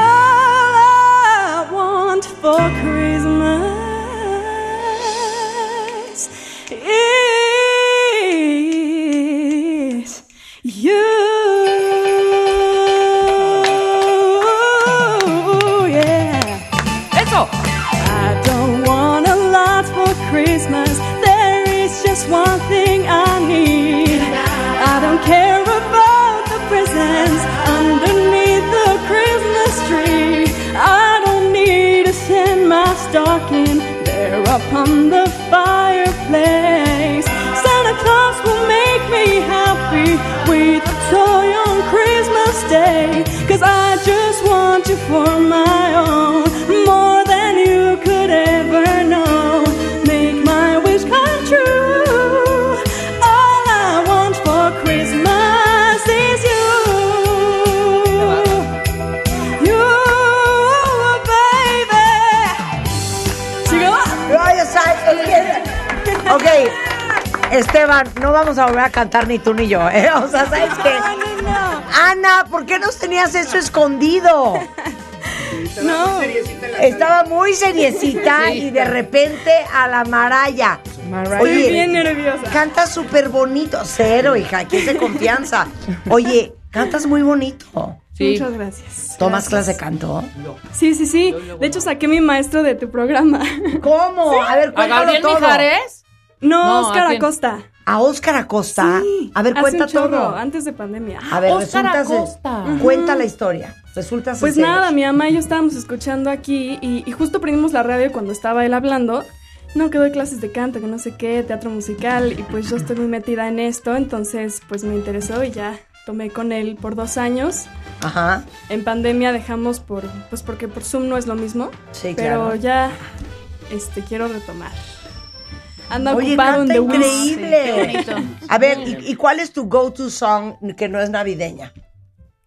All I want for Christmas is you. Yeah.
Eso.
I don't want a lot for Christmas. There is just one thing I need. I don't care about the presents underneath the Christmas tree. I don't need to send my stocking there upon the fireplace. Santa Claus will make me happy with a toy on Christmas Day. Cause I just want you for my own, more than you could ever know. Make my wish come true. All I want for Christmas is you. You, baby. ¿Sigo?
Ay, o sea, es que- Ok. Esteban, no vamos a volver a cantar ni tú ni yo, ¿eh? O sea, ¿sabes qué? Ana, ¿por qué nos tenías eso escondido?
No.
Estaba muy seriecita
Sí.
y de repente a la maraya.
Estoy bien nerviosa.
Canta súper bonito. Cero, hija. ¿Quién se confianza? Oye, cantas muy bonito.
Muchas gracias.
¿Tomas clase
Gracias.
de canto?
Sí, sí, sí. De hecho, saqué mi maestro de tu programa.
¿Cómo? A ver,
¿A
cuéntalo
Gabriel
todo.
Mijares?
No,
No, ¿a
Oscar
quién?
Acosta.
¿A Óscar Acosta? a ver,
Hace
cuenta
un chorro,
todo.
Antes de pandemia.
A ver, resulta ser- Cuenta la historia. Resulta
Pues
ser-
nada, mi mamá y yo estábamos escuchando aquí y, y justo prendimos la radio y cuando estaba él hablando. No, que doy clases de canto, que no sé qué, teatro musical, y pues yo estoy muy metida en esto, entonces pues me interesó y ya tomé con él por dos años.
Ajá.
En pandemia dejamos por, pues porque por Zoom no es lo mismo.
Sí,
Pero
claro.
ya, este, quiero retomar. Anda
Oye,
ocupado en
canta
The Wiz.
increíble. a ver, ¿y, y cuál es tu go-to song que no es navideña?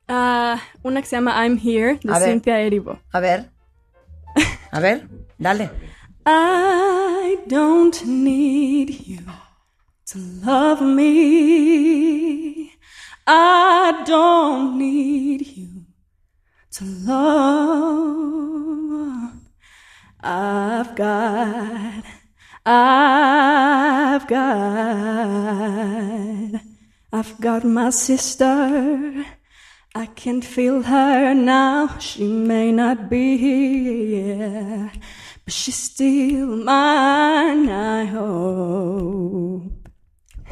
Ah, una que se llama I'm Here de
A ver.
Cynthia Erivo.
A ver. A ver, dale.
I don't need you to love me. I don't need you to love. I've got, I've got, I've got my sister. I can feel her now. She may not be here, yet, but she's still mine. I hope.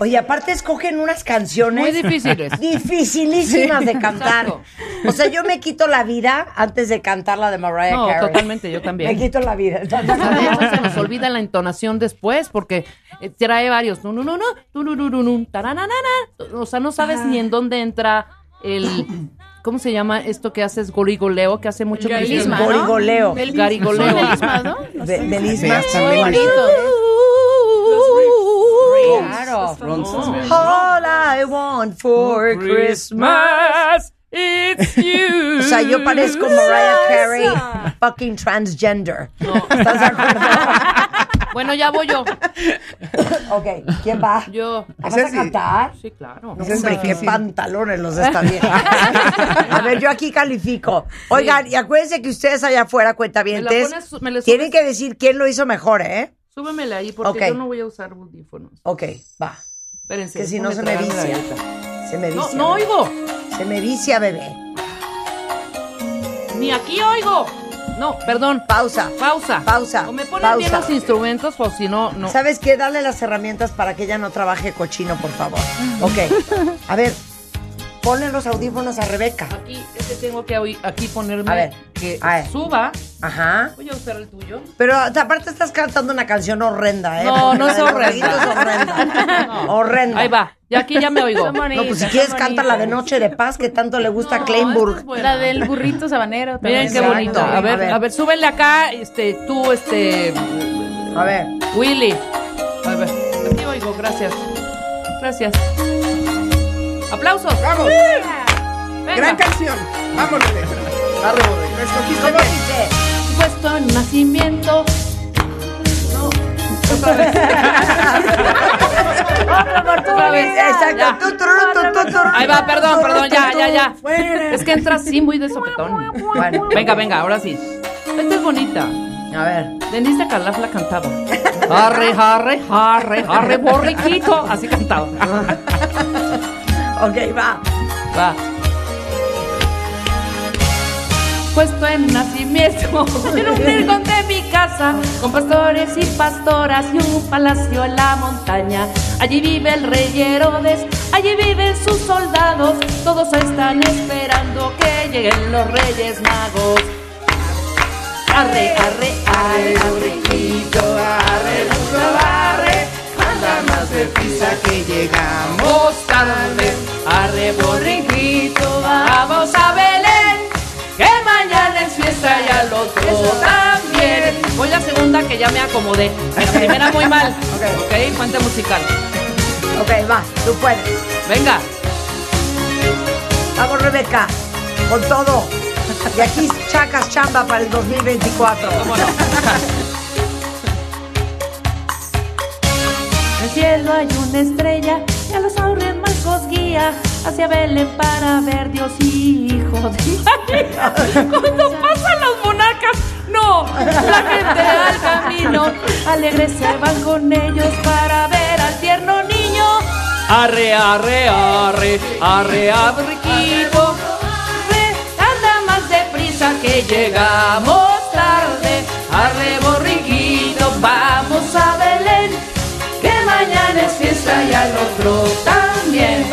Oye, aparte escogen unas canciones.
Muy difíciles.
Dificilísimas
Sí,
de cantar.
exacto.
O sea, yo me quito la vida antes de cantar la de Mariah
No,
Carey.
totalmente, yo también.
Me quito la vida.
Además, se nos olvida la entonación después porque eh, trae varios. No, no, no, no, tu, ru, ru, ru, ru, taranana. O sea, no sabes ni en dónde entra el. ¿Cómo se llama esto que haces gorigoleo? Que hace mucho
El
Chris
garisma,
Martin?
¿no? Gorigoleo.
El garigoleo.
Son melismas, ¿no? No De- sé. melismas
Sí,
también.
bonito.
Claro. All I want for Christmas it's you. O sea, yo parezco Mariah Carey, fucking transgender.
Bueno, ya voy yo.
ok, ¿quién va?
Yo.
¿Vas a cantar?
Sí, claro.
No, hombre, qué pantalones los de esta vieja. A ver, yo aquí califico. Oigan, y acuérdense que ustedes allá afuera,
Me la
cuentavientes,
pones- me la subes.
tienen que decir quién lo hizo mejor, ¿eh?
Súbemela ahí porque
Ok.
yo no voy a usar audífonos.
Ok, va.
Espérense.
Que si no se me
tragar la
vicia.
galleta.
Se me
No,
vicia.
no
bebé.
oigo.
Se me vicia, bebé.
Ni aquí oigo. No, perdón.
Pausa.
Pausa.
Pausa.
O me ponen
pausa.
bien los instrumentos o si no, no.
¿Sabes qué? Dale las herramientas para que ella no trabaje cochino, por favor. Ok. A ver, ponle los audífonos a Rebeca.
Aquí es que tengo que oír, aquí ponerme
A ver,
que
a ver.
suba.
Ajá.
Voy a usar el tuyo.
Pero aparte estás cantando una canción horrenda, ¿eh?
No,
Porque
no
la
es
de los
horrenda.
Borreguitos es horrenda. Horrenda.
Ahí va. Ya aquí ya me oigo.
No, pues si quieres canta la de Noche de Paz que tanto le gusta a Kleinburg.
La del burrito sabanero. también.
Miren qué bonito. A ver, a ver, súbele acá, este, tú, este.
A ver.
Willy. A ver. Aquí oigo, gracias. Gracias. ¡Aplausos!
¡Bravo!
Venga.
Gran canción. Vámonos. Lo escogiste
¿Cómo
bien.
Puesto en nacimiento. Otra vez. Ya.
Exacto. Tú, tú, tú, tú, tú, tú.
Ahí va, perdón, perdón, ya, ya, ya.
Fuera.
Es que entra así muy de sopetón. Bueno, venga, venga, ahora sí. Esta es bonita.
A ver.
Denise de Calaf la cantaba. Arre, arre, arre, arre, borriquito. Así cantaba.
Ok, va.
Va. Puesto en nacimiento en un rincón de mi casa, con pastores y pastoras y un palacio en la montaña. Allí vive el rey Herodes, allí viven sus soldados, todos están esperando que lleguen los reyes magos. Arre, arre, arre, borriquito, arre, arre, anda más deprisa que llegamos tarde. Arre, borriquito, vamos a Belén, que mañana es fiesta y al otro también. Voy la segunda que ya me acomodé, la primera muy mal. Ok, puente musical.
Ok, va, tú puedes.
Venga.
Vamos, Rebeca, con todo. Y aquí chacas chamba para el 2024.
En el cielo hay una estrella y a los marcos guía hacia Belén para ver Dios hijo de María. Cuando pasan los monarcas, no, la gente al camino alegre se van con ellos para ver al tierno niño. Arre, arre, arre, arre, abriquito. Arre, anda más deprisa que llegamos tarde. Arre, borriquito, vamos a Belén. Que mañana es fiesta y al otro también.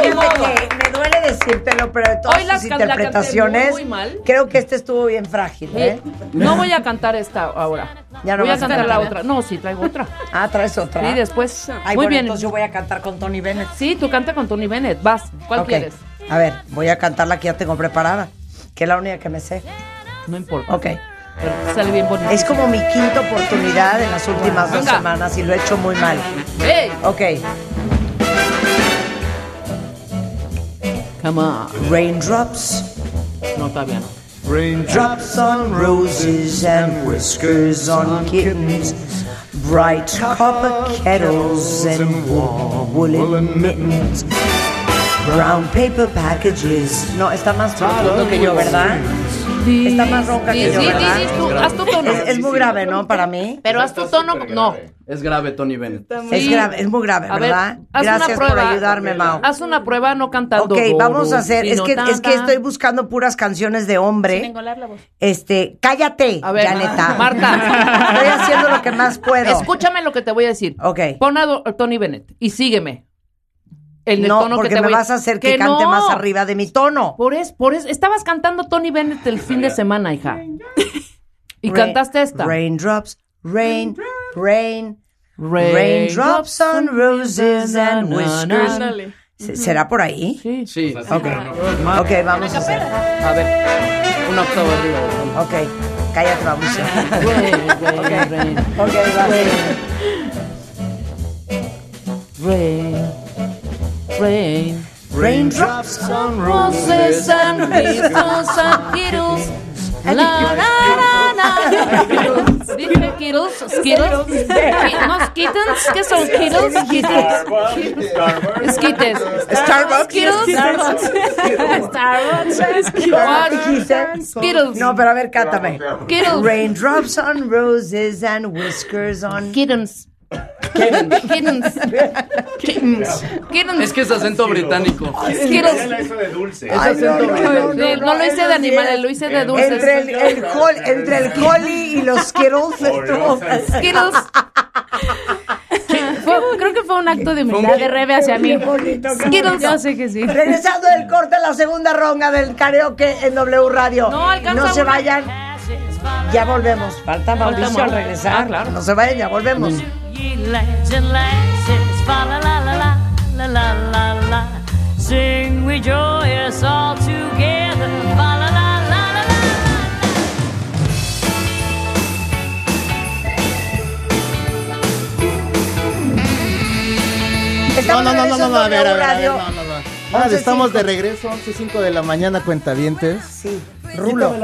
Fíjate que me duele decírtelo, pero de todas
Hoy las
sus
can- la canté
interpretaciones,
muy mal.
creo que este estuvo bien frágil, ¿eh?
No voy a cantar esta ahora.
Ya no
voy a
vas a
cantar la
cantar.
otra. No, sí, traigo otra.
Ah, traes otra.
Sí, después.
Ay,
Muy
bueno,
bien.
entonces yo voy a cantar con Tony Bennett.
Sí, tú canta con Tony Bennett. Vas. ¿Cuál
Ok.
quieres?
A ver, voy a cantar la que ya tengo preparada, que es la única que me sé.
No importa.
Ok.
Pero sale bien bonito.
Es como mi quinta oportunidad en las últimas dos
Venga.
semanas y lo he hecho muy mal.
Hey.
Ok.
Come on.
Raindrops.
No, todavía no.
Raindrops on roses and whiskers on kittens, bright copper kettles and warm woolen mittens, brown paper packages.
No, está más profundo que yo, ¿verdad? Está más ronca
Di,
que yo,
di, di,
¿verdad?
di, tú, haz tu tono.
Es, es muy grave, ¿no? Para mí.
Pero haz tu tono. No.
Es grave, Tony Bennett.
Es grave, es muy grave,
A ver,
¿verdad?
haz una
Gracias por
prueba.
ayudarme, Mao.
Haz una prueba no cantando.
Ok, vamos
Doro,
a hacer, es
sino
que, es que
tanta.
estoy buscando puras canciones de hombre. Este, cállate, Janeta.
Marta.
Estoy haciendo lo que más puedo.
Escúchame lo que te voy a decir.
Ok.
Pon a, Do- a Tony Bennett y sígueme. En el
no,
tono
porque
que te
me
voy
vas a hacer que, cante
no.
más arriba de mi tono.
Por eso, por eso. Estabas cantando Tony Bennett el fin de semana, hija. Y
Rain-
cantaste esta.
Raindrops, rain, rain, raindrops on roses and whiskers.
Ándale.
¿Se- ¿Será por ahí?
Sí.
Sí.
Ok, Ok, vamos a hacer.
A ver, una octava arriba.
Ok, cállate, vamos a Ok, ok, va.
Rain, rain.
Raindrops
on
Roses and whiskers and Skittles. La, la, la, la. Dije Skittles, Skittles. Ki- No, Skittles, ¿qué son Skittles? Skittles. Skittles.
Starbucks.
Skittles.
Starbucks.
Starbucks.
Ah,
Skittles.
dijiste.
Skittles.
No, pero a ver, cántame.
Skittles.
Raindrops on roses and whiskers on.
Kittens. Kittens. Kittens. Kittens.
Es que es acento británico.
Skittles.
Ay, no, no, no,
Sí, no lo hice de
eso sí
animales,
es.
lo hice de dulces.
Entre el, el col- entre el coli y los Skittles. estuvo-
Skittles.
Fue- creo que fue un acto de humildad de Rebe hacia mí.
Skittles.
Yo sé que sí.
Regresando del corte, la segunda ronda del karaoke en W Radio.
No, alcanza
No se
una.
vayan, ya volvemos. Falta Mauricio al
Mauricio.
regresar.
Ah, claro.
No se vayan, ya volvemos.
Ye lads and lasses, fa la la la la la la la la. Sing we joyous all together, fa la la la la la.
No, no, no, no, no, no, a ver, a ver, a ver,
Radio.
no, no, no. Ah, estamos de regreso, 11.05 de la mañana, cuentavientes.
Sí. Rulo.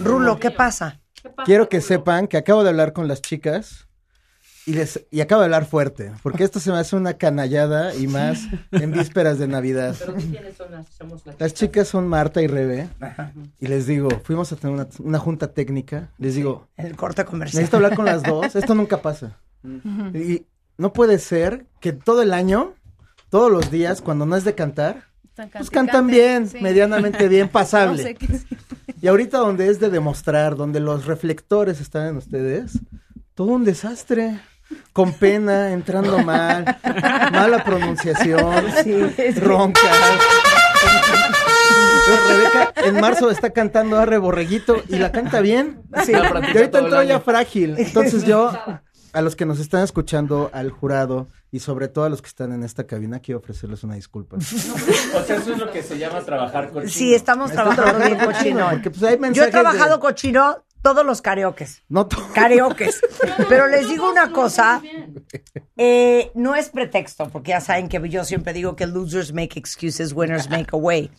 Rulo, ¿qué pasa?
Quiero que sepan que acabo de hablar con las chicas y, les, y acabo de hablar fuerte, porque esto se me hace una canallada y más en vísperas de Navidad. Las chicas son Marta y Rebe y les digo, fuimos a tener una, una junta técnica, les digo,
El corte comercial.
necesito hablar con las dos, esto nunca pasa. Y no puede ser que todo el año, todos los días, cuando no es de cantar, pues cantan bien, medianamente bien, pasable.
No sé qué es.
Y ahorita donde es de demostrar, donde los reflectores están en ustedes, todo un desastre. Con pena, entrando mal, mala pronunciación, roncas. Rebeca en marzo está cantando Arre Borreguito y la canta bien.
Sí.
Y
La practica
ahorita
todo el
entró ya
año.
frágil. Entonces yo, a los que nos están escuchando, al jurado y sobre todo a los que están en esta cabina, quiero ofrecerles una disculpa.
O sea, eso es lo que se llama trabajar con
Sí, estamos
Está
trabajando bien
trabajando
cochino.
porque, pues, hay
Yo he
mensajes
trabajado
de-
cochino todos los karaokes.
No to-
Karaokes. Pero les digo una cosa. eh, no es pretexto, porque ya saben que yo siempre digo que losers make excuses, winners make a way.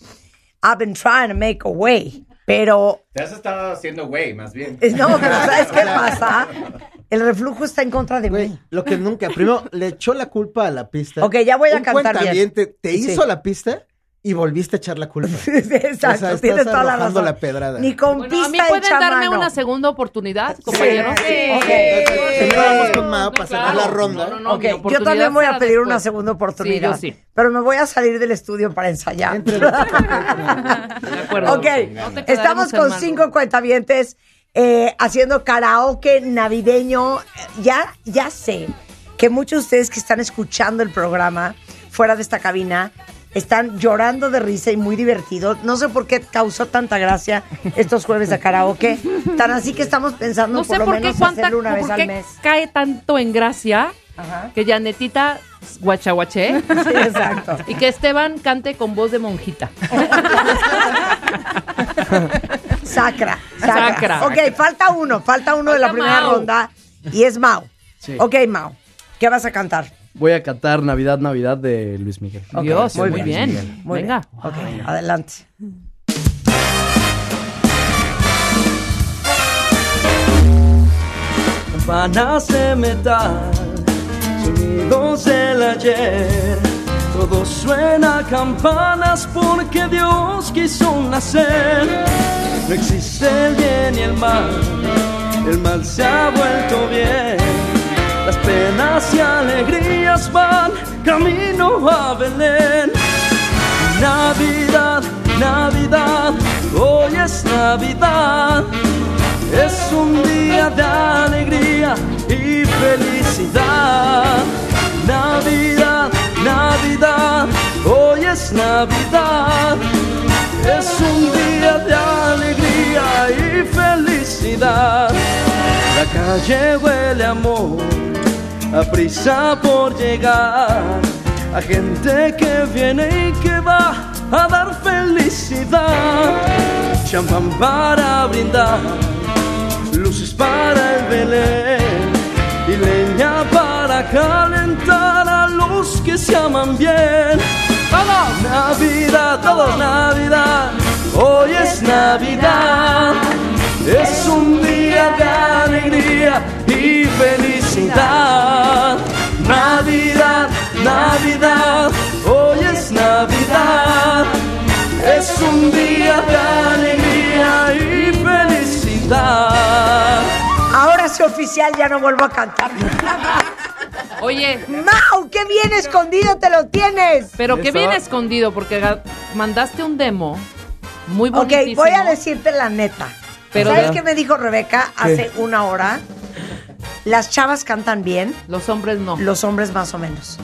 I've been trying to make a way. Pero,
Te has estado haciendo güey, más bien.
eh, no, pero ¿sabes qué pasa? Ah, El reflujo está en contra de mí.
Lo que nunca, primero le echó la culpa a la pista.
Ok, ya voy a
Un
cantar bien.
cuentaviente te
Sí.
hizo la pista y volviste a echar la culpa.
Exacto,
estás
tienes toda la
arrojando
razón.
la pedrada.
Ni con
Bueno, a mí
pista
pueden
hecha
darme
mano.
una segunda oportunidad, compañeros.
Ok.
Primero vamos con Mao para cerrar
claro.
la ronda.
No, no,
Ok,
mi
yo
oportunidad
también voy a
será
pedir
después.
una segunda oportunidad.
Sí, yo sí.
Pero me voy a salir del estudio para ensayar.
acuerdo.
ok,
No te
estamos
quedaremos en
con
mal.
cinco cuentavientes eh, haciendo karaoke navideño. Ya, ya sé que muchos de ustedes que están escuchando el programa fuera de esta cabina están llorando de risa y muy divertidos. No sé por qué causó tanta gracia estos jueves de karaoke. Tan así que estamos pensando
No
por
sé
lo
por qué
menos
cuánta,
hacerlo una vez
por
al
qué
mes.
cae tanto en gracia
Ajá.
que Janetita guachaguache
Sí, exacto.
y que Esteban cante con voz de monjita.
Sacra, sacra.
Sacra.
Ok, falta uno, falta uno de la primera
Mau.
ronda y es Mau.
Sí.
Ok, Mau, ¿qué vas a cantar?
Voy a cantar Navidad, Navidad de Luis Miguel.
Ok,
Dios, muy
Luis
bien.
Miguel.
Muy
Venga.
bien. Ok, adelante.
Campanas de metal, sonidos del ayer. Todo suena a campanas porque Dios quiso nacer.
No existe el bien y el mal, el mal se ha vuelto bien. Las penas y alegrías van camino a Belén. Navidad, Navidad, hoy es Navidad. Es un día de alegría y felicidad. Navidad, Navidad, hoy es Navidad. Es un día de alegría y felicidad. La calle huele a amor, a prisa por llegar, a gente que viene y que va a dar felicidad. Champán para brindar, luces para el Belén y leña para calentar a los que se aman bien. ¡Vamos! Navidad, todo Navidad, hoy es Navidad. Es un día de alegría y felicidad. Navidad, Navidad, hoy es Navidad. Es un día de alegría y
Ah.
felicidad.
Ahora sí oficial, ya no vuelvo a cantar.
Oye.
Mau, qué bien escondido te lo tienes.
Pero qué bien escondido, porque ga- mandaste un demo muy
Ok,
bonitísimo.
voy a decirte la neta.
Pero
¿Sabes
de-
qué me dijo Rebeca hace una hora? Las chavas cantan bien.
Los hombres no.
Los hombres más o menos.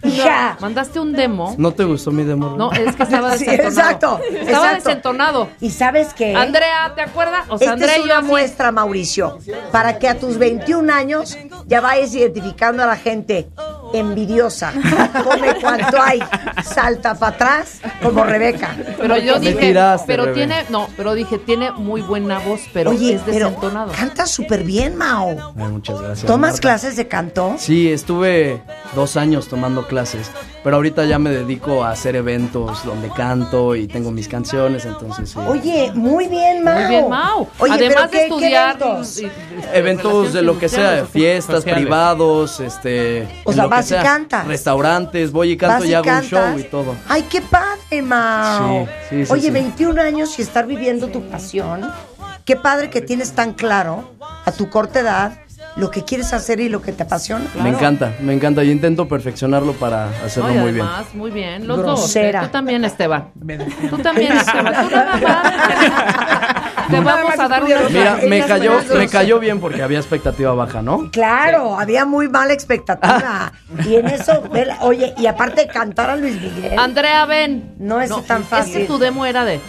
No,
Hija.
Mandaste un demo.
¿No te gustó mi demo?
No, es que estaba
Sí,
desentonado.
exacto.
Estaba
exacto.
desentonado.
¿Y sabes qué?
Andrea, ¿te acuerdas? O sea,
Esta
Andrea
es
y yo
una
así-
muestra, Mauricio, para que a tus 21 años ya vayas identificando a la gente envidiosa. Come cuanto hay, salta para atrás, como Rebeca.
Pero yo
Porque-
dije, pero tiene, no, pero dije, tiene muy buena voz, pero
Oye,
es
pero
desentonado.
canta súper bien, Mao.
Ay, muchas gracias.
¿Tomas
Marta.
clases de canto?
Sí, estuve dos años tomando clases, pero ahorita ya me dedico a hacer eventos donde canto y tengo mis canciones, entonces sí.
Oye, muy bien, Mao.
Muy bien, Mau.
Oye,
Además
pero
de
¿qué- qué
estudiar
eventos?
y- y-
Eventos de lo que sea, de fiestas,
sociales.
privados, este...
O
en
sea,
lo que
vas y
sea,
cantas.
Restaurantes, voy y canto
Vas
y,
y
hago
cantas.
un show y todo.
Ay, qué padre, Mao.
Sí, sí, sí,
Oye,
sí.
21 años y estar viviendo tu pasión. Qué padre que tienes tan claro a tu corta edad lo que quieres hacer y lo que te apasiona.
Me encanta, me encanta. Yo intento perfeccionarlo para hacerlo
No, y
muy bien.
además, muy bien. Los
Grosera.
dos. ¿eh? Tú también, Esteban. Tú también, Esteban. Tú nada más. Te vamos a dar una.
Mira, me
Ellas
cayó,
merecen
me
ser.
cayó bien porque había expectativa baja, ¿no?
Claro, había muy mala
Ah.
expectativa. Y en eso, vela- oye, y aparte de cantar a Luis Miguel.
Andrea, ven.
No es tan fácil.
Es que tu demo era de.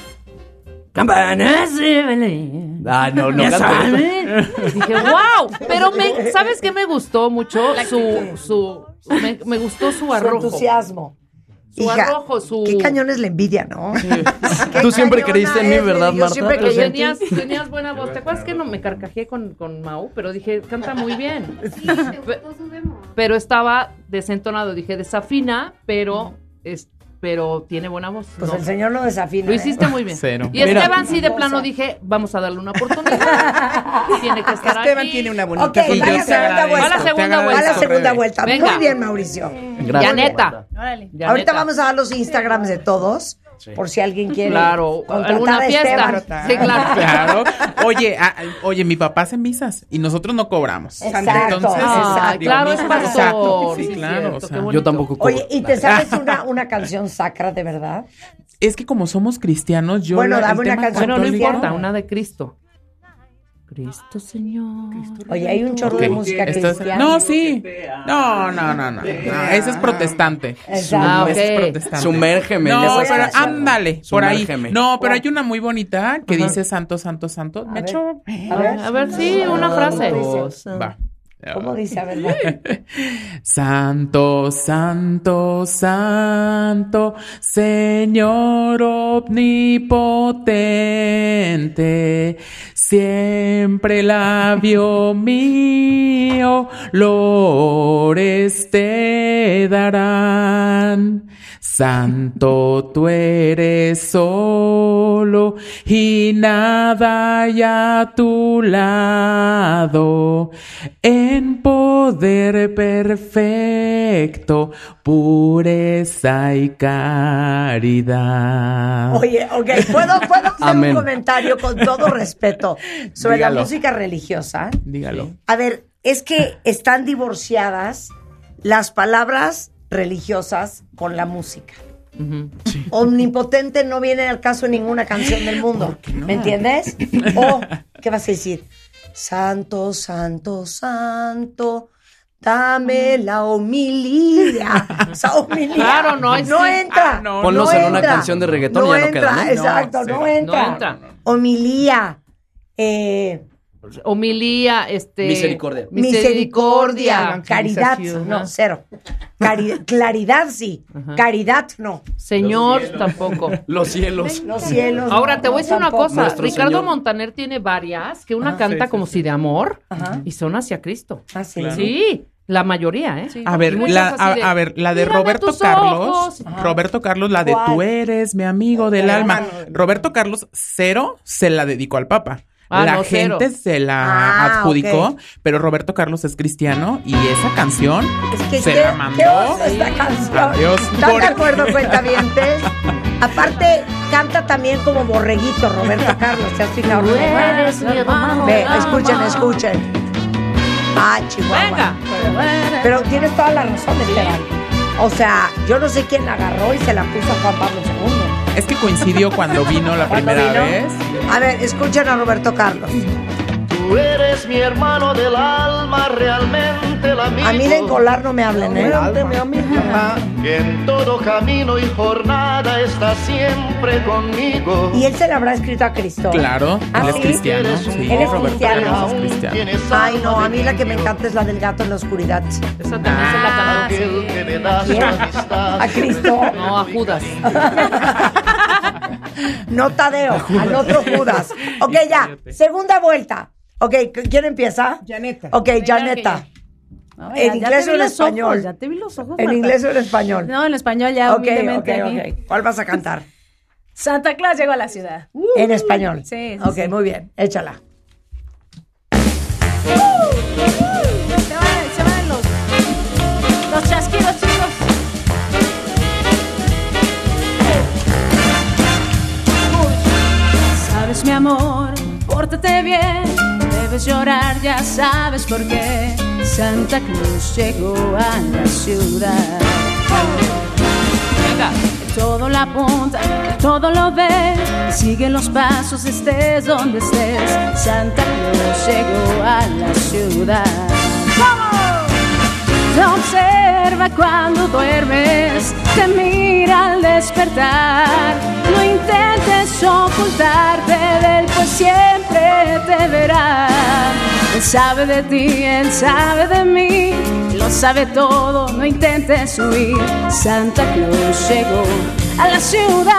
Campanas
de Belén.
Ah, no, no
Ya
canto.
saben. Dije, wow. Pero me, ¿sabes qué me gustó mucho? Su, su, me, me gustó su arrojo.
entusiasmo.
Su
Hija,
arrojo, su.
Qué cañones la envidia, ¿no?
Tú siempre creíste en mí, ¿verdad,
eh, Yo
Marta?
siempre
Pero
creí en ti.
Tenías, tenías buena voz. ¿Te acuerdas que no me carcajé con, con Mau? Pero dije, canta muy bien. Pe- Pero estaba desentonado. Dije, desafina, pero, es, pero tiene buena voz.
Pues
No.
el señor lo desafina.
Lo
¿eh?
hiciste muy bien.
Cero.
Y
Mira.
Esteban sí de plano dije, vamos a darle una oportunidad. tiene que estar
Esteban
aquí.
tiene una
Ok,
bonita
va a la segunda vuelta.
Va a la segunda
Va a la
vuelta.
segunda vuelta.
Venga.
Muy bien, Mauricio.
Gracias. Yaneta.
Órale.
Yaneta.
Ahorita vamos a dar los Instagrams de todos, por si alguien quiere.
Claro,
contratar
alguna
a
fiesta.
Esteban.
Sí, claro.
Claro. Oye, a- oye, mi papá hace misas y nosotros no cobramos.
Exacto, Ah, exacto.
digo,
Claro, es
misas,
pastor.
exacto. Sí,
Sí,
claro.
cierto,
o sea.
qué
Yo tampoco cobro.
Oye, ¿y te sabes una, una canción sacra de verdad?
Es que como somos cristianos, yo.
Bueno,
la- el
dame una
tema
canción
católico-
Bueno, no importa, una de Cristo. Cristo Pues, Señor.
Oye, hay un chorro de
Ok,
música
esto es-
cristiana.
no, sí. No, no, no, no. no, Ese es protestante.
Ah, Exacto.
Ah,
ok.
Ese es protestante.
Sumérgeme, le
No,
voy a
pero
hacer.
ándale, por ahí.
Sumérgeme.
No, pero hay una muy bonita que dice santo, santo, santo. De hecho,
A ver,
A ver, sí, una frase.
va.
¿Cómo dice? A ver, va.
Santo, santo, santo, Señor omnipotente, siempre labio mío, lores te darán. Santo tú eres solo y nada hay a tu lado. En poder perfecto, pureza y caridad.
Ah. Oye, ok, ¿puedo, puedo hacer
Amén.
un comentario con todo respeto sobre la
Dígalo.
música religiosa?
Dígalo.
A ver, es que están divorciadas las palabras religiosas con la música. Omnipotente no viene al caso en ninguna canción del mundo. ¿Me entiendes? O, ¿qué vas a decir? Santo, santo, santo, dame la homilía. O sea, homilía.
Claro, no, es-
No
sí.
entra.
Ah,
no,
Ponlos en una
entra.
canción de reggaetón
No
y ya no
entra,
queda, ¿no?
exacto, no,
No, sí.
entra.
No entra.
Homilía. Eh,
Homilía, este.
Misericordia.
misericordia, caridad,
evangelización,
no,
ajá.
cero. Cari- claridad sí, caridad no.
Señor tampoco.
Los cielos.
Los cielos.
Ahora te voy a decir una cosa.
Nuestro
Ricardo
Señor.
Montaner tiene varias que una
Ah,
canta
sí, sí,
como si de amor
Ajá.
y son hacia Cristo.
Ah, sí.
Claro.
Sí, la mayoría, ¿eh?
A ver,
Muchas
la,
así
a,
de,
a ver, la de
"Mírame
Roberto
tus
Carlos.
ojos".
Roberto Carlos, la de
¿Cuál?
tú eres mi amigo del
Ah,
alma. Roberto Carlos, cero se la dedicó al Papa.
Ah,
la
no, cero.
gente se la
Ah,
adjudicó,
ok.
pero Roberto Carlos es cristiano y esa canción
Que
se
qué-
la
qué
mandó.
oso esta canción.
Adiós.
¿Están
Por-
de acuerdo, cuentavientes? Aparte, canta también como borreguito Roberto Carlos. ¿Te has fijado?
Tú eres mi hermano.
Ve, escuchen, escuchen. Ah, Chihuahua.
Venga.
Pero tienes toda la razón, Esteban. O sea, yo no sé quién la agarró y se la puso a Juan Pablo II.
Es que coincidió cuando vino la primera
¿Cuándo
vez.
A ver, escuchen a Roberto Carlos.
Tú eres mi hermano del alma, realmente el amigo.
A mí de colar no me hablen, ¿eh?
Que en todo camino y jornada está siempre conmigo.
Y él se la habrá escrito a Cristo.
Claro,
¿Ah,
él es
sí?
cristiano. Sí,
Él es
Roberto
cristiano.
Carlos es cristiano.
Ay, no, a mí la que me encanta es la del gato en la oscuridad. Ah, Esa también
Ah,
Ah,
Aquel que me da su amistad.
A Cristo.
No, a Judas.
No Tadeo, al otro Judas. Ok, ya. Segunda vuelta. Ok, ¿quién empieza? Janeta. Ok, Janeta.
No,
¿En
ya- ya
inglés
te
o
vi
en
los
español?
ojos, ya te vi los ojos.
¿En
Marta.
inglés o en español?
No, en español ya
Ok, ok,
humildemente aquí.
ok. ¿Cuál vas a cantar?
Santa Claus llegó a la ciudad.
En español.
Sí, sí,
Ok,
sí.
muy bien. Échala.
Se van, se van los, los chasquidos, chicos. Sabes, mi amor, pórtate bien. no Debes llorar, ya sabes por qué. Santa Cruz llegó a la ciudad. Que Todo la apunta, que todo lo ve. que Sigue los pasos, estés donde estés. Santa Cruz llegó a la ciudad. Te observa cuando duermes, te mira al despertar. No intentes ocultarte de él, pues siempre te verá. Él sabe de ti, él sabe de mí, lo sabe todo, no intentes huir. Santa Claus llegó a la ciudad.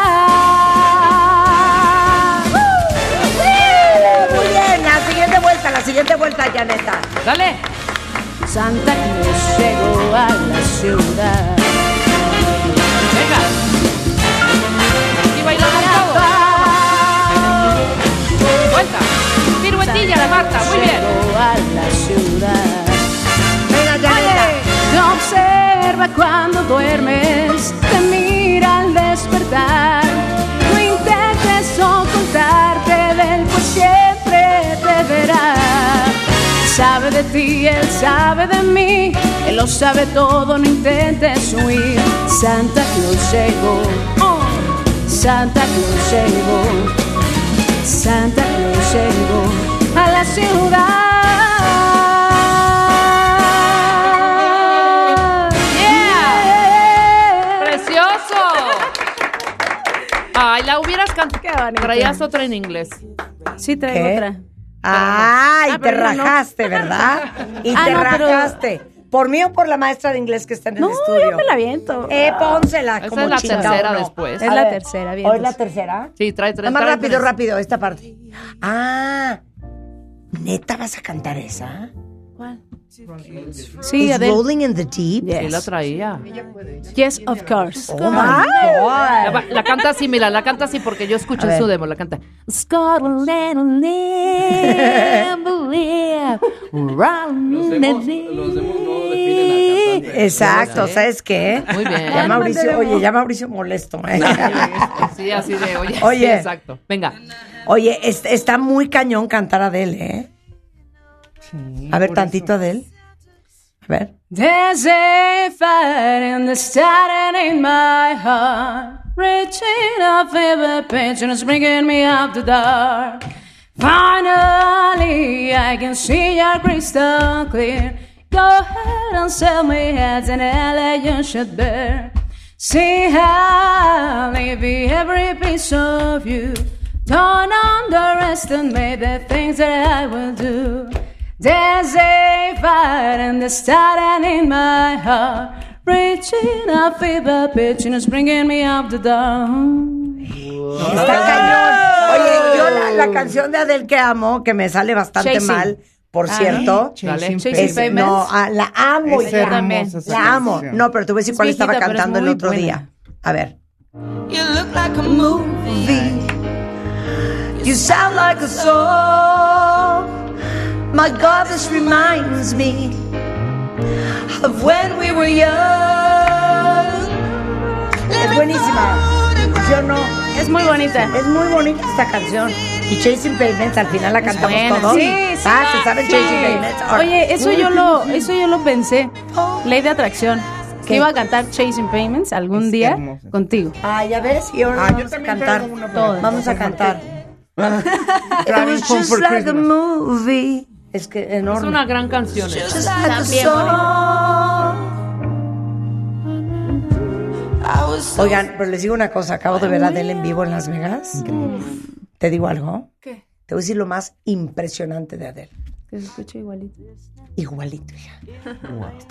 Muy bien, la siguiente vuelta, la siguiente vuelta, Janeta.
Dale.
Santa Claus llegó a la ciudad.
Y bailamos todos. Vuelta. Piruetilla la Marta, muy bien.
a la ciudad. Te observa cuando duermes, te mira al despertar. No intentes ocultarte de él, pues siempre te verá. Sabe de ti, él sabe de mí, él lo sabe todo, no intentes huir. Santa Claus llegó, oh, Santa Claus llegó, Santa Claus llegó a la ciudad.
Yeah. ¡Precioso! Ay, la hubieras cantado. Traías otra en inglés.
Sí, traigo
¿Qué?
otra.
Ah, y
Ah,
te
pero no, no.
rajaste, ¿verdad? Y
Ah,
te
no, pero-
rajaste. ¿Por mí o por la maestra de inglés que está en el estudio?
yo me la viento.
Eh, pónsela.
Esa
como
es la
chinga, ¿o
tercera
no?
después.
A
Es la
ver,
tercera,
¿Hoy
vientos.
la tercera?
Sí, trae tres.
Ah, más
trae
rápido,
tres.
rápido, esta parte. Ah, ¿neta vas a cantar esa?
¿Cuál?
Sí,
Sí, Adele.
Rolling in the Deep.
Sí, la traía.
Yes, of course.
Oh, my
La, va- la canta así, mira, la canta así porque yo escuché
A
su
ver.
demo, la canta. Scotland and Lamberia, round and deep.
Exacto, ¿sabes qué?
Muy bien.
Ya Mauricio, oye, ya Mauricio molesto. ¿eh?
Sí, así de, oye, sí,
Oye.
exacto. Venga.
Oye, es- está muy cañón cantar Adele, ¿eh? A ver, tantito Adele. A ver.
There's a fire in the starting in my heart, reaching a fever pitch and it's bringing me out the dark. Finally, I can see your crystal clear. Go ahead and sell me heads and LA you should bear. See how maybe every piece of you. Don't underestimate the things that I will do. There's a fire and it's starting in my heart, reaching a fever pitch and it's bringing me up the dawn.
Está cañón. Oye, yo la, la canción de Adele que amo, que me sale bastante
Chasing.
mal, por
Ah,
cierto.
Dale. Chasing
es-
Pavements.
no, ah, la amo.
Es
ya.
hermosa esa
La amo.
canción.
No, pero te voy a decir
Es
cuál estaba
viejita, pero es
cantando el
muy
otro
buena.
día. A ver.
You look like a movie.
You sound like a song. My God, this reminds me of when we were young.
Es buenísima. Yo no. Es muy bonita. Es muy bonita esta canción. Y Chasing Pavements, al final la cantamos
Buena.
todos.
Sí, sí.
Ah, se sabe
Sí.
Chasing Pavements. Ahora.
Oye, eso yo lo, eso yo lo pensé. Ley de atracción. Que iba a cantar Chasing Payments algún día contigo.
Ah, ya ves, y ahora vamos a cantar.
Todas.
Vamos a cantar. It
Driving
was
Home
just
for
like a movie. Es que
Es
enorme.
una gran canción. ¿eh?
Just like a
También
song. Oigan, pero les digo una cosa, acabo de ver a Adele en vivo en Las Vegas. ¿Te digo algo?
¿Qué?
Te voy a decir lo más impresionante de Adele.
Que se escucha igualito.
Igualito, hija.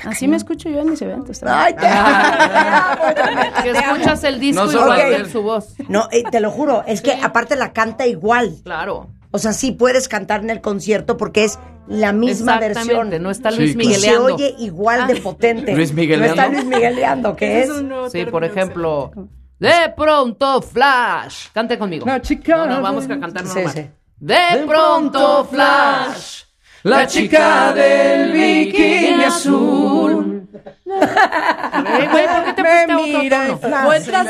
Así me escucho yo en mis eventos.
Ay,
Ah,
te-
Que escuchas el disco
No solo
igual que
Adele.
su voz.
No, eh, te lo juro, es que aparte la canta igual.
Claro.
O sea, sí puedes cantar en el concierto porque es la misma
Exactamente,
versión.
no está Luis
Y
Migueleando. Ah.
se oye igual de potente.
Luis
No está
Migueleando.
Luis Migueleando, que es.
Sí, por ejemplo. De pronto, Flash. Cante conmigo. No, chica. No, vamos a cantar normal. De pronto, Flash.
La chica del bikini azul.
Me mira y
Vueltas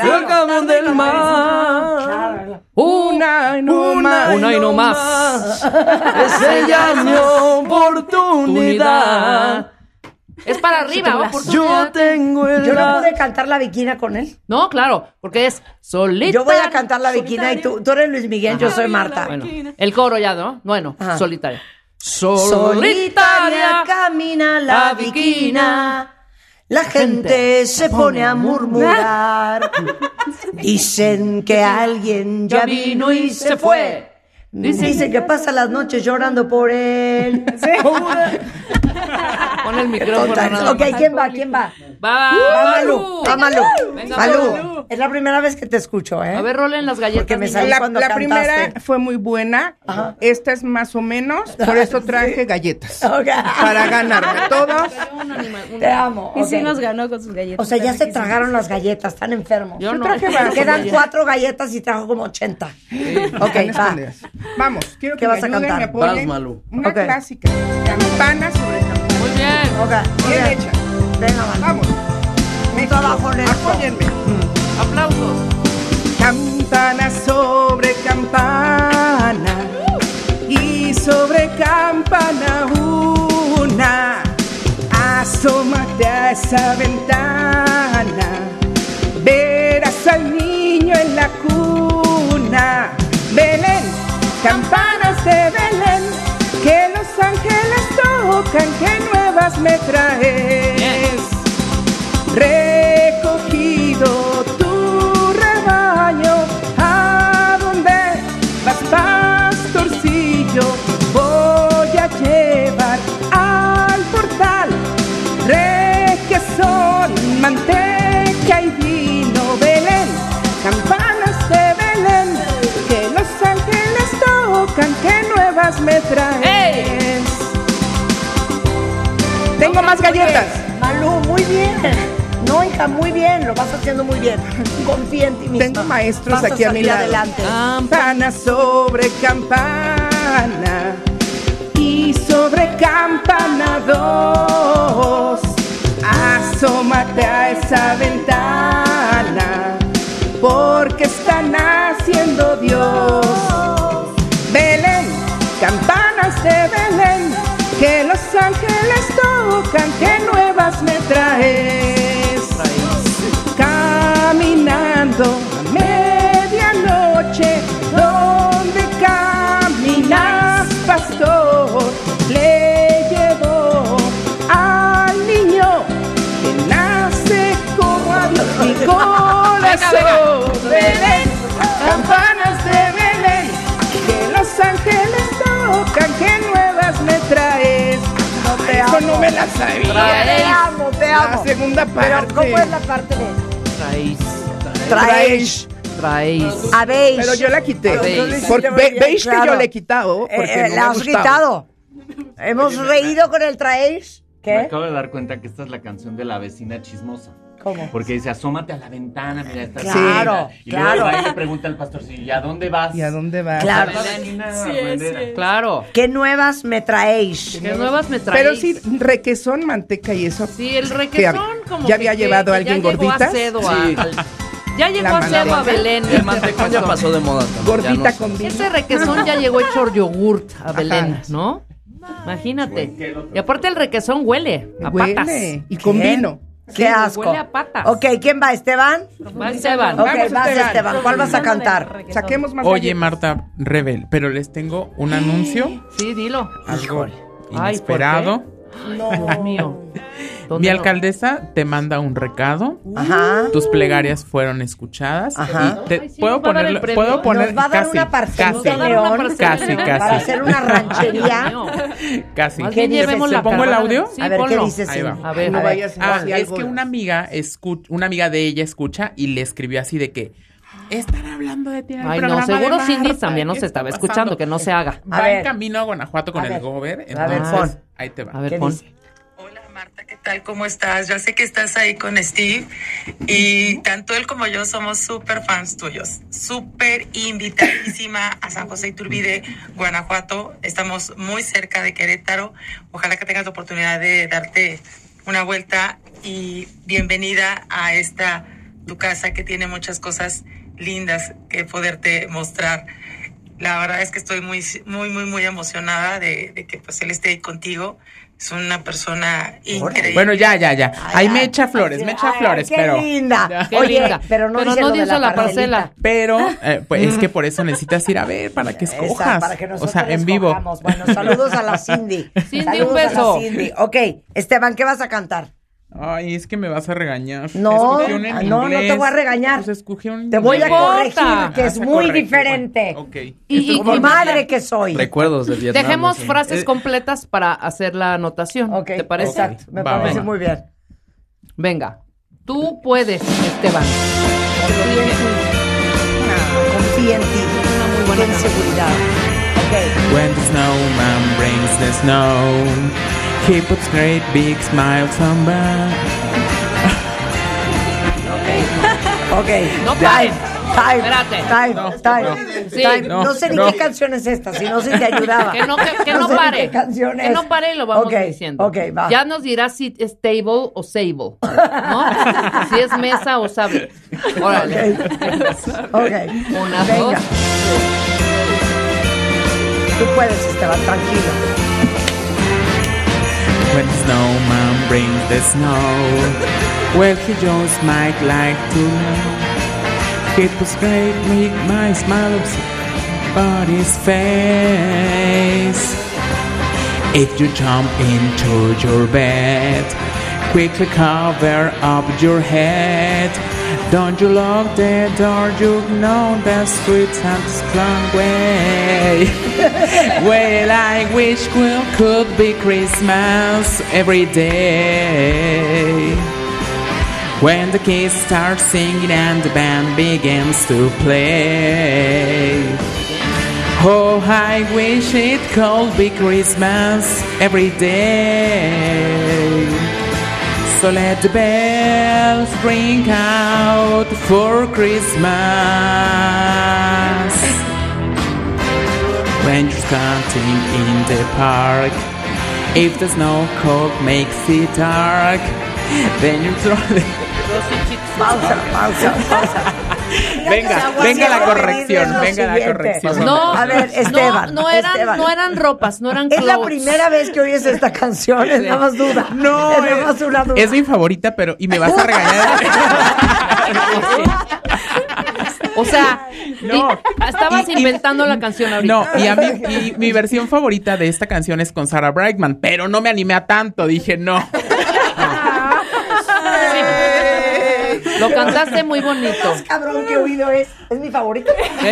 flash, el camón del mar. Una y no más.
Una y no más. Es ella mi oportunidad.
Es para arriba, ¿va? Por
Yo tengo el
Yo no
la-
pude cantar la viquina con él.
No, claro, porque es solita.
Yo voy a cantar la viquina y tú, tú eres Luis Miguel, yo soy Marta.
Bueno, el coro ya, ¿no? Bueno,
Ajá.
solitaria.
Solitaria camina la
la
viquina. La gente se pone a murmurar. Dicen que alguien ya vino y se fue. Dicen, que pasa las noches llorando por él.
Pon el micrófono.
Tontas.
nada
ok,
más.
¿quién va? ¿Quién va?
Va,
Va Malú,
Malú.
va Malú.
Venga,
Malú, es la primera vez que te escucho, ¿eh?
A ver, rolen las galletas.
Porque me
niña.
salió
La,
cuando
la
cantaste.
primera fue muy buena. Esta es más o menos. Por eso traje galletas. Para ganarme todos.
Te amo.
Y sí
ok.
nos ganó con sus galletas.
O sea, ya se tragaron las galletas, están enfermos.
Yo Yo no. traje varias
Quedan
galletas.
cuatro galletas y trajo como 80. Ok, va.
Vamos, quiero que
¿Qué
me
vas a
ayuden,
cantar?
me apoyen.
Vas, Malú.
Una
Ok.
clásica. Campana sobre campana.
Muy bien.
Bien hecha.
Venga, Malú.
Vamos. Un trabajo Apóyenme.
Mm. Aplausos.
Campana sobre campana y sobre campana una. Asómate a esa ventana. Verás al niño en la cuna. Belén, campanas de Belén, que los ángeles tocan, que nuevas me traes. Recogido tu rebaño, ¿a dónde vas, pastorcillo? Voy a llevar al portal requesón, manteca y vino, Belén, campanas de Belén, que los ángeles tocan, que nuevas me traes. Tengo más galletas.
Malú, muy bien. No, hija, muy bien. Lo vas haciendo muy bien. Confía en ti misma.
Tengo maestros
Vas
aquí a mi
salir
lado.
adelante.
Campana sobre campana y sobre campana dos. Asómate a esa ventana porque están haciendo Dios. Belén, campanas de Belén, que los ángeles tocan, que nuevas me traes. Caminando a medianoche, donde caminas, pastor, le llevó al niño que nace como a Dios. Mi corazón,
venga.
Belén, campanas de Belén, que los ángeles tocan, que nuevas me traes. No
te
Eso
amo.
no me la sabía.
Te amo, te amo.
La segunda parte.
Pero, ¿cómo es la parte de?
Traéis.
Traéis.
Traéis.
Habéis.
Pero yo la quité.
Habéis.
Porque ve- veis que
Claro.
yo le he quitado.
Eh,
Porque
eh,
no
la
me
has
gustaba.
quitado. Hemos reído con el traéis.
Me
¿Qué?
acabo de dar cuenta que esta es la canción de la vecina chismosa.
¿Cómo?
Porque dice, asómate a la ventana, mira esta
Claro,
vecina. Y luego
claro.
va y le pregunta al pastorcillo, ¿y a dónde vas? ¿Y a
dónde vas?
Claro.
Claro.
¿Qué nuevas me traéis?
¿Qué nuevas me traéis?
Pero sí, requesón, manteca y eso.
Sí,
que
el
hab-
requesón como
ya
que-
había
que-
llevado
que
a alguien
ya llegó a
gordita.
cedo a-
Sí.
al- Ya llegó a cedo a Belén.
El mantecón ya pasó de moda también. ya no
Gordita
se-
con vino.
Ese requesón ya llegó hecho yogurt a Belén, ¿no? Imagínate. Y aparte el requesón huele a
Huele,
patas.
y con
¿Qué?
vino.
Sí,
Qué asco.
Huele a patas.
Ok, ¿quién va? ¿Esteban?
Va Esteban.
Ok, vas, Esteban. ¿Cuál vas a cantar?
Saquemos más
Oye, Marta Rebel, pero les tengo un anuncio.
Sí, dilo.
Algo
Ay, ¿por qué?
inesperado.
No. Dios mío.
Mi alcaldesa te manda un recado.
Ajá.
Tus plegarias fueron escuchadas.
Ah. Ajá.
Y te-
Ay, sí,
puedo
nos va a dar el
poner,
premio.
puedo poner
Nos va a dar
casi,
una parcelita
casi,
en León
casi, casi,
para hacer una ranchería.
Casi.
Más bien
¿Te-
llevemos
¿Te
la
pongo el
caravana.
audio?
Sí, A ver, ¿qué ponlo. dices,
Ahí
sí?
va.
A ver, No a ver. vayas
Ah,
hacia
es
algo.
que una amiga, escu- una amiga de ella escucha y le escribió así de que están hablando de ti. en el
Ay, no,
programa de
seguro
Marta,
Cindy también
¿qué
nos
está
estaba
pasando?
escuchando, que no se haga.
Va en camino a Guanajuato con
A
el
ver.
gober.
A ver,
Entonces,
pon.
ahí te va.
A ver, pon.
tal? ¿Cómo estás? Ya sé que estás ahí con Steve y tanto él como yo somos súper fans tuyos. Súper invitadísima a San José Iturbide, Guanajuato. Estamos muy cerca de Querétaro. Ojalá que tengas la oportunidad de darte una vuelta y bienvenida a esta tu casa que tiene muchas cosas lindas que poderte mostrar. La verdad es que estoy muy, muy, muy, muy emocionada de, de que pues él esté ahí contigo. Es una persona increíble.
Bueno, ya, ya, ya. Ahí me echa flores, me echa
ay,
flores,
qué
pero.
linda.
Qué Oye, linda. pero no dice lo de la parcelita.
Pero eh, pues, es que por eso necesitas ir a ver para que
Esa,
escojas.
para que
o sea,
nosotros
en vivo.
escojamos. Bueno, saludos a la Cindy.
Cindy,
Saludos
un
a la
beso.
Cindy. Ok, Esteban, ¿qué vas a cantar?
Ay, es que me vas a regañar.
No,
Escogí una en
no, no te
inglés.
voy a regañar.
un
te voy a
inglés.
corregir, que
Ah,
es
se
muy
corrige,
diferente.
bueno, ok.
Y- y-
Como
y-
madre que soy.
Recuerdos de Vietnam.
Dejemos
así.
frases
Eh,
completas para hacer la anotación. ¿Te parece?
Exacto, me parece muy bien.
Venga, tú puedes, Esteban.
Confía en ti. Confía en ti. Ten seguridad. Ok.
When the snowman brings the snow, he puts great big smiles on back.
Ok.
No
time.
paren.
Time.
Espérate.
Time. time.
Sí.
time. No,
No,
sé ni
no.
qué canción es esta, si no, si te ayudaba.
Que no, que, que no
sé ni
pare.
qué canción
que
es.
no pare y lo vamos
Ok,
diciendo.
Ok, va.
Ya nos dirás si es table o sable. ¿No? si es mesa o sable. Órale.
Ok.
Una,
Venga.
dos.
Tú puedes, Esteban, tranquilo.
When the snowman brings the snow, well, he just might like to know. It was great, make my smiles on his face. If you jump into your bed, quickly cover up your head. Don't you lock the door, you know the sweet Santa's long way. well, I wish we could be Christmas every day. When the kids start singing and the band begins to play. Oh, I wish it could be Christmas every day. So let the bells ring out for Christmas. When you're standing in the park, if the snow cold makes it dark, then you're throwing.
Pausa, pausa, pausa.
Venga, venga la corrección, venga la corrección.
No, a ver, Esteban.
no eran-
Esteban.
no eran ropas, no eran
Es la
clothes.
primera vez que oyes esta canción, es nada más duda. No, es nada más una duda.
eh, Es mi favorita, pero y me vas a regañar.
O sea,
No.
y- estabas
Y- y-
inventando la canción ahorita.
No, y a mí y mi versión favorita de esta canción es con Sarah Brightman, pero no me animé a tanto, dije no.
Lo cantaste muy bonito.
Más cabrón que he oído es. Es mi favorita.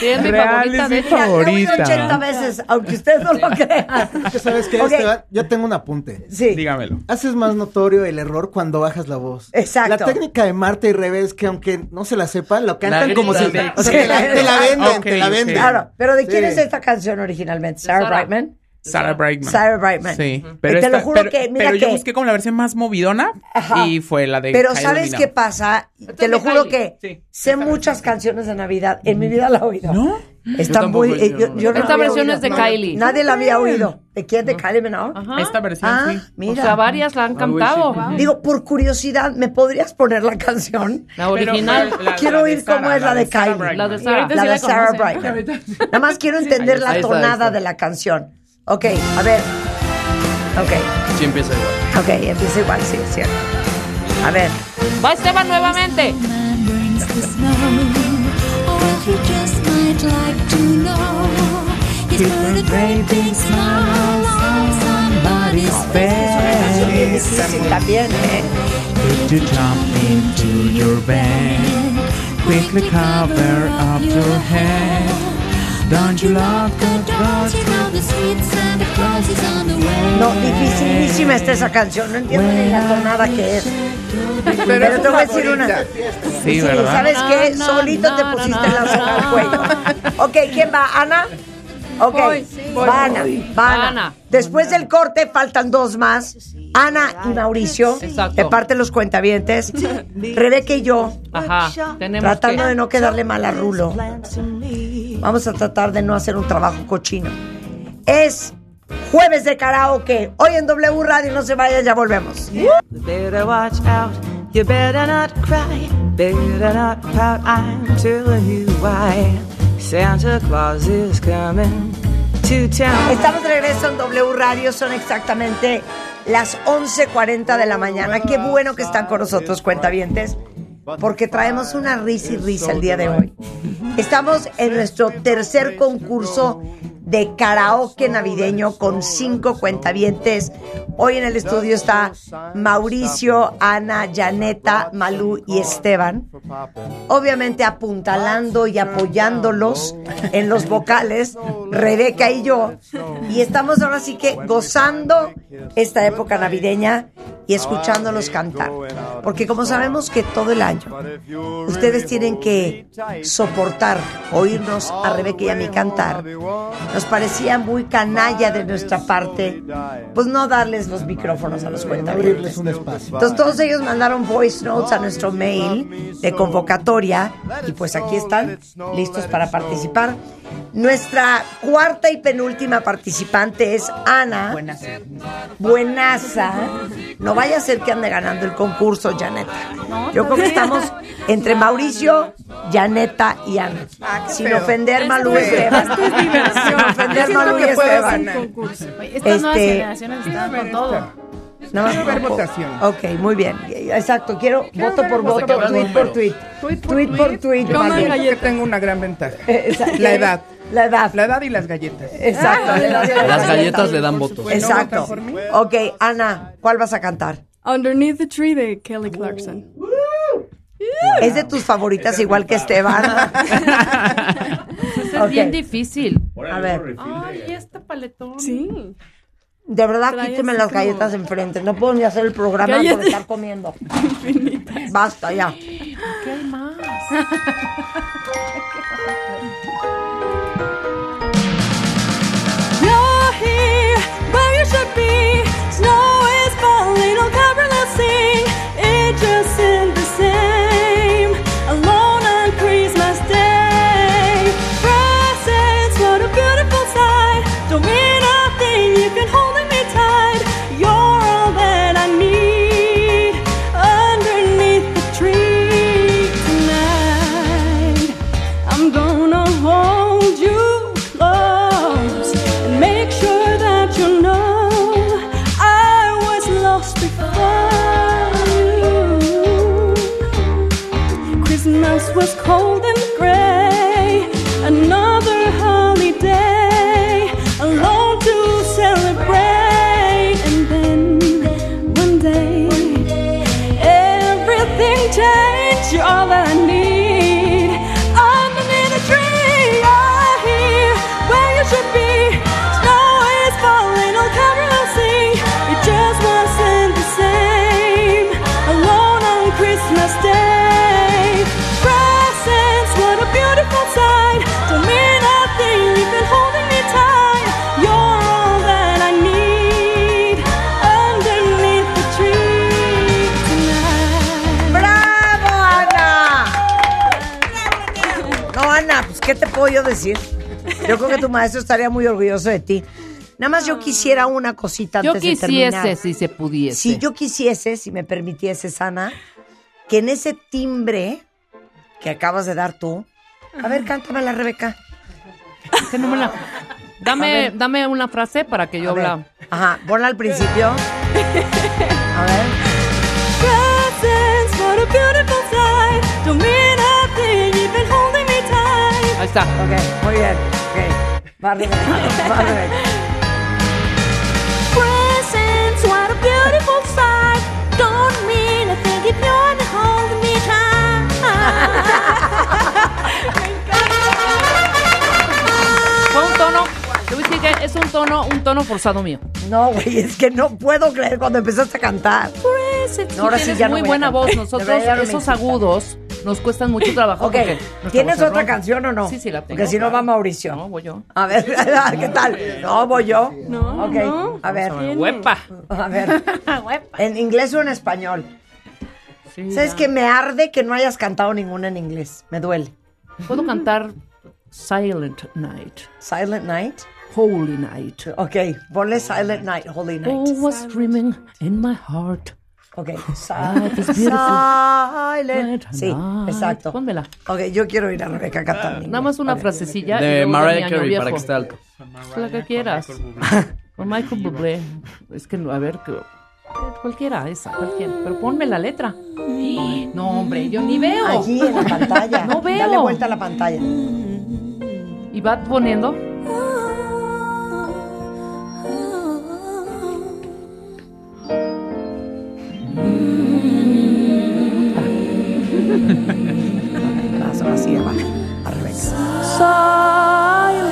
Sí, es mi
Real, favorita, es de mi hecho. favorita.
Mira, la he oído 80 veces, aunque usted no lo crea.
¿Sabes qué,
Ok.
Esteban? Yo tengo un apunte.
Sí.
Dígamelo.
Haces más notorio el error cuando bajas la voz.
Exacto.
La técnica de Marta y Rebe es que aunque no se la sepan, lo cantan
gritan.
como si... O sea, te la, te la venden, te la venden.
Claro, pero ¿de quién
Sí.
es esta canción originalmente? ¿Sarah
Sarah.
Brightman?
Sarah Brightman.
Sarah Brightman.
Sí,
Ujú.
pero
Y te lo
esta-
juro
pero-
que, mira
pero yo
que-
busqué como la versión más movidona
Ajá.
y fue la de
Pero
Kylie
¿sabes
Minogue.
qué pasa? Te lo juro que sé muchas canciones de Navidad. En mi vida la he oído. ¿No? Está
Yo
muy...
tampoco,
eh, yo-
yo-
yo no
Mm. Esta
la había
versión
oído.
es de
No,
Kylie.
Nadie la había oído. ¿De quién? ¿De Kylie Minogue?
Esta versión
Ah,
sí.
mira.
O sea, varias la han Algo cantado. así. Wow.
Digo, por curiosidad, ¿me podrías poner la canción?
La original.
Pero,
La- la-
Quiero
la de
oír
Sarah,
cómo es la
la
de,
de Sarah
Kylie.
Brightman. La de Sarah.
La de
Y ahorita sí la
Sarah
conocen.
Brightman. Nada más quiero entender
Ahí está,
la
ahí está, ahí
tonada
está.
de la canción. Ok, a ver. Ok,
Sí, empieza igual.
ok, empieza igual, sí, es cierto. A ver.
Va Esteban nuevamente.
También, ¿eh?
If you jump into your bed, quickly cover up your head. Don't you love the thought
No, dificilísima está esa canción. No entiendo ni la tonada que es. Pero,
es
te
su
voy a decir una.
favorita.
Sí, ¿verdad?
¿Sabes qué? Solito te pusiste la soga al cuello. Ok, ¿quién va? ¿Ana? Ok,
Voy, sí. Voy,
va Ana,
voy.
va Ana.
Ana.
Después del corte faltan dos más. Ana y Mauricio, de parte de los cuentavientes. Rebeca y yo,
Ajá. Tenemos
tratando
que-
de no quedarle mal a Rulo, vamos a tratar de no hacer un trabajo cochino. Es jueves de karaoke. Hoy en W Radio, no se vaya, ya volvemos.
Better watch out, you better not cry, better not pout, I'm telling you why. Santa Claus is coming to town.
Estamos de regreso en W Radio, son exactamente las 11.40 de la mañana. Qué bueno que están con nosotros, cuentavientes, porque traemos una risa y risa el día de hoy. Estamos en nuestro tercer concurso de karaoke navideño con cinco cuentavientes. Hoy en el estudio está Mauricio, Ana, Janeta, Malú y Esteban obviamente apuntalando y apoyándolos en los vocales, Rebeca y yo. Y estamos ahora sí que gozando esta época navideña y escuchándolos cantar. Porque como sabemos que todo el año ustedes tienen que soportar oírnos a Rebeca y a mí cantar, nos parecía muy canalla de nuestra parte, pues no darles los micrófonos a los cuentavientes.
Abrirles un espacio.
Entonces todos ellos mandaron voice notes a nuestro mail de convocatoria y pues aquí están listos para participar. Nuestra cuarta y penúltima participante es Ana. Buenaza. No vaya a ser que ande ganando el concurso, Janeta. Yo creo que estamos entre Mauricio, Janeta y Ana. Sin
pedo.
ofender
Ah, Es
Malú
pedo.
Esteban.
Esto es diversión.
Sin
Yo
ofender
siento
Malú y
que puedo
Esteban.
sin concurso. Oye, Estas nuevas
Este,
generaciones están con todo.
Nada más
Quiero ver
por-
votación.
Ok, muy bien. Exacto, quiero,
Quiero
voto
ver
por voto,
votación.
tweet por
Tweet
tweet.
por
Tweet
tweet.
por tweet,
Yo
más
siento
bien.
que tengo una gran ventaja.
Exacto.
La edad.
La edad.
La edad y las Ah, galletas.
Exacto. la edad Ah, de
Las galletas le dan votos.
Exacto. Ok, Ana, ¿cuál vas a cantar?
Underneath the Tree de
Uh,
Kelly Clarkson.
Es de tus favoritas, igual que Esteban.
Es bien difícil.
A ver,
Ay, este paletón. Sí.
de verdad,
Trae
quíteme
así
las
como-
galletas enfrente. No puedo ni hacer el programa por
Galletas.
estar comiendo. Basta ya.
¿Qué hay más?
was cold and gray. Another holiday alone to celebrate. And then one day, everything changed. You're all I need. Underneath the tree, I hear where you should be. Snow is falling on Colorado Sea. It just wasn't the same. Alone on Christmas Day. Presents, what a beautiful sight. To me, nothing, you've been holding me tight. You're all that I need. Underneath the tree tonight.
¡Bravo, Ana! No, Ana, pues ¿qué te puedo yo decir? Yo creo que tu maestro estaría muy orgulloso de ti. Nada más yo quisiera una cosita
Yo
antes de terminar.
quisiese si se pudiese.
Si yo quisiese, si me permitiese, Ana, que en ese timbre que acabas de dar tú, a ver, cántamela, Rebeca.
Que no me la... Dame, dame una frase para que yo
ver.
habla.
Ajá, ponla al principio. A ver.
Presents, what a beautiful sight. To me, nothing, you've been holding me tight.
Ahí está.
Ok, muy bien. Ok. Va, Rebeca, va, Rebeca.
Presents, what a beautiful sight. Don't mean a thing if you're not holding me tight.
Fue un tono, te voy a decir que es un tono, un tono forzado mío.
No, güey, es que no puedo creer cuando empezaste a cantar.
No, ahora sí ya muy
voy a
buena
cantar.
voz.
De
Nosotros
verdad, ya no me
esos
insultan.
agudos nos cuestan mucho trabajo.
Ok,
porque nuestra
¿tienes
voz se
otra
rompe.
canción o no?
Sí, sí, la tengo.
Porque si no va Mauricio.
No, voy yo.
A ver, ¿qué tal? No, voy yo. No, Ok, a ver.
Huepa.
A ver. ¿En inglés o en español? ¿Sabes
ya.
que me arde que no hayas cantado ninguna en inglés? Me duele.
Puedo cantar Silent Night.
Silent Night.
Holy Night.
Ok, ponle Silent Night, Holy Night.
Oh, was dreaming in my heart.
Ok,
Life is beautiful.
Silent. Sí, exacto.
Pónmela. Ah,
Ok, yo quiero ir a Rebeca cantando.
Nada más una frasecilla. y
De
luego mi
Mariah
año
Carey,
viejo.
para que esté alto.
Pues La que quieras. Con Michael Bublé. Es que, no, a ver, que- cualquiera, esa, cualquiera. Pero ponme la letra. No, hombre, yo ni veo.
Allí en la pantalla.
No veo.
Dale vuelta a la pantalla.
Y va poniendo.
Más ahora sí, va. A Rebeca.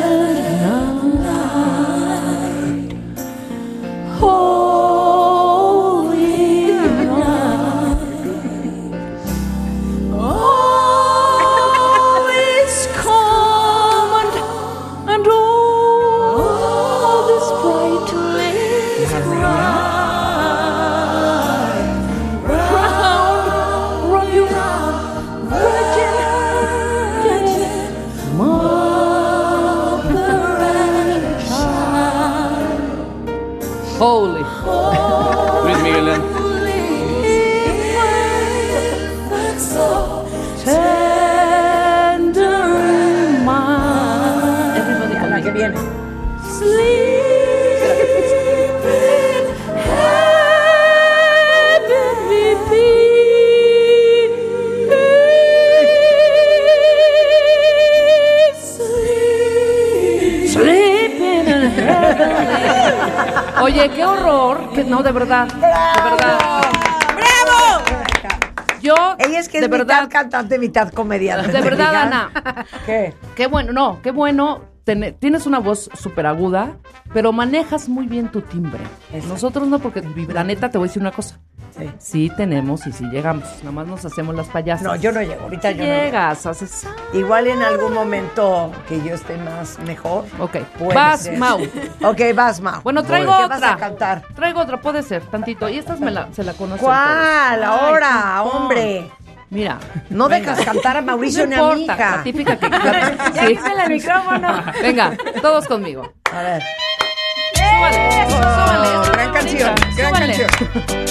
Silent night, holy night, all is calm and- and all is bright, is bright. Round, round you, virgin, virgin.
Holy.
Luis Miguel.
La que viene.
Oye, qué horror. Que, no, de verdad. De verdad. Yo,
Ella es que
de
es mitad
verdad.
cantante, mitad comediante.
De
¿me
verdad,
digas?
Ana.
¿Qué?
Qué bueno, no, qué bueno. Ten- tienes una voz súper aguda, pero manejas muy bien tu timbre. Nosotros no, porque la neta te voy a decir una cosa.
Sí.
tenemos y sí llegamos. Nada más nos hacemos las payasas.
No, yo no llego, ahorita
Sí
yo no llego.
llegas, haces. ah,
Igual en algún momento que yo esté más mejor.
Ok,
puede
vas,
ser.
Mau.
Ok, vas, Mau.
Bueno, traigo
¿Qué
otra.
vas a cantar?
Traigo otra, puede ser, tantito. Y estas me la, se la conocen.
¿Cuál?
todos.
Ahora,
Ay, pum, pum.
hombre.
Mira.
No dejas cantar a Mauricio
no
ni a mi
importa,
hija.
La típica que. Sí.
el micrófono.
Venga, todos conmigo.
A ver.
Súbale, súbale.
gran canción, gran
Súbale.
canción.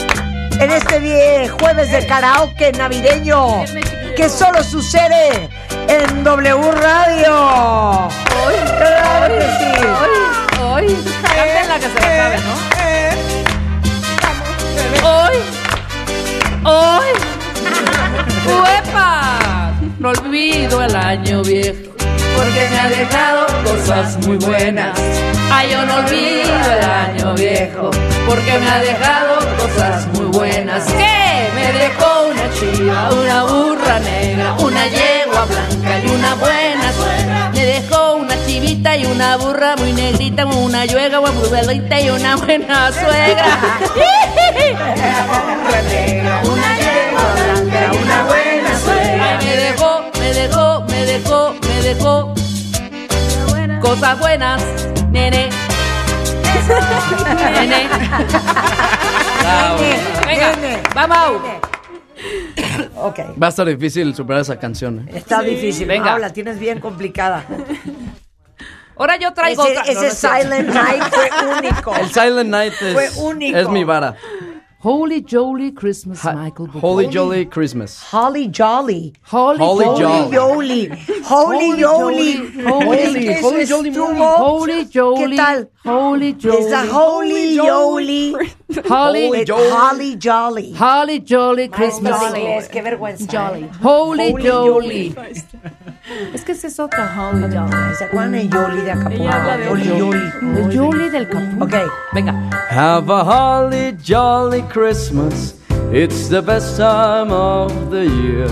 En este vie- jueves de karaoke navideño que solo sucede en W Radio. Claro que sí.
Hoy, hoy, canten la que se la sabe, ¿no? Hoy, hoy, ¡Uepa! no olvido el año viejo, porque me ha dejado cosas muy buenas. Ay, yo no olvido el año viejo, porque me ha dejado cosas muy buenas. Que me dejó una chiva, una burra negra, una yegua blanca y una buena suegra. Me dejó una chivita y una burra muy negrita, una yuega muy velita y una buena suegra. burra negra, una yegua blanca y una buena suegra. Ay, me dejó, me dejó, me dejó, me dejó cosas buenas, nene. nene. Venga, vamos.
Ok.
Va a estar difícil superar esa canción. ¿eh?
Está difícil.
venga.
Venga. la tienes bien complicada.
Ahora yo traigo
Ese-
otra.
ese Silent Night fue único.
El Silent Night es,
Fue único.
es mi vara.
Holy Jolly Christmas, Michael.
Holy Jolly Christmas.
Holly Jolly.
Holly,
Holly Jolly.
Jolly. Holy Jolly.
Holy,
Eso
holy,
estuvo-
jolly, holy, jolly,
¿Qué tal?
Holy Jolly.
It's a Holy Jolly.
Holly
With
Jolly.
Holly Jolly.
Holly Jolly Christmas.
Maldito inglés, qué vergüenza.
Jolly.
Holy,
Holy
eh. Jolly.
Es que esa es otra Holy Jolly.
¿Se acuerdan de Jolly de Acapulco? Jolly Jolly.
El Jolly del Capulco.
Ok.
Venga.
Have a holly jolly Christmas. It's the best time of the year.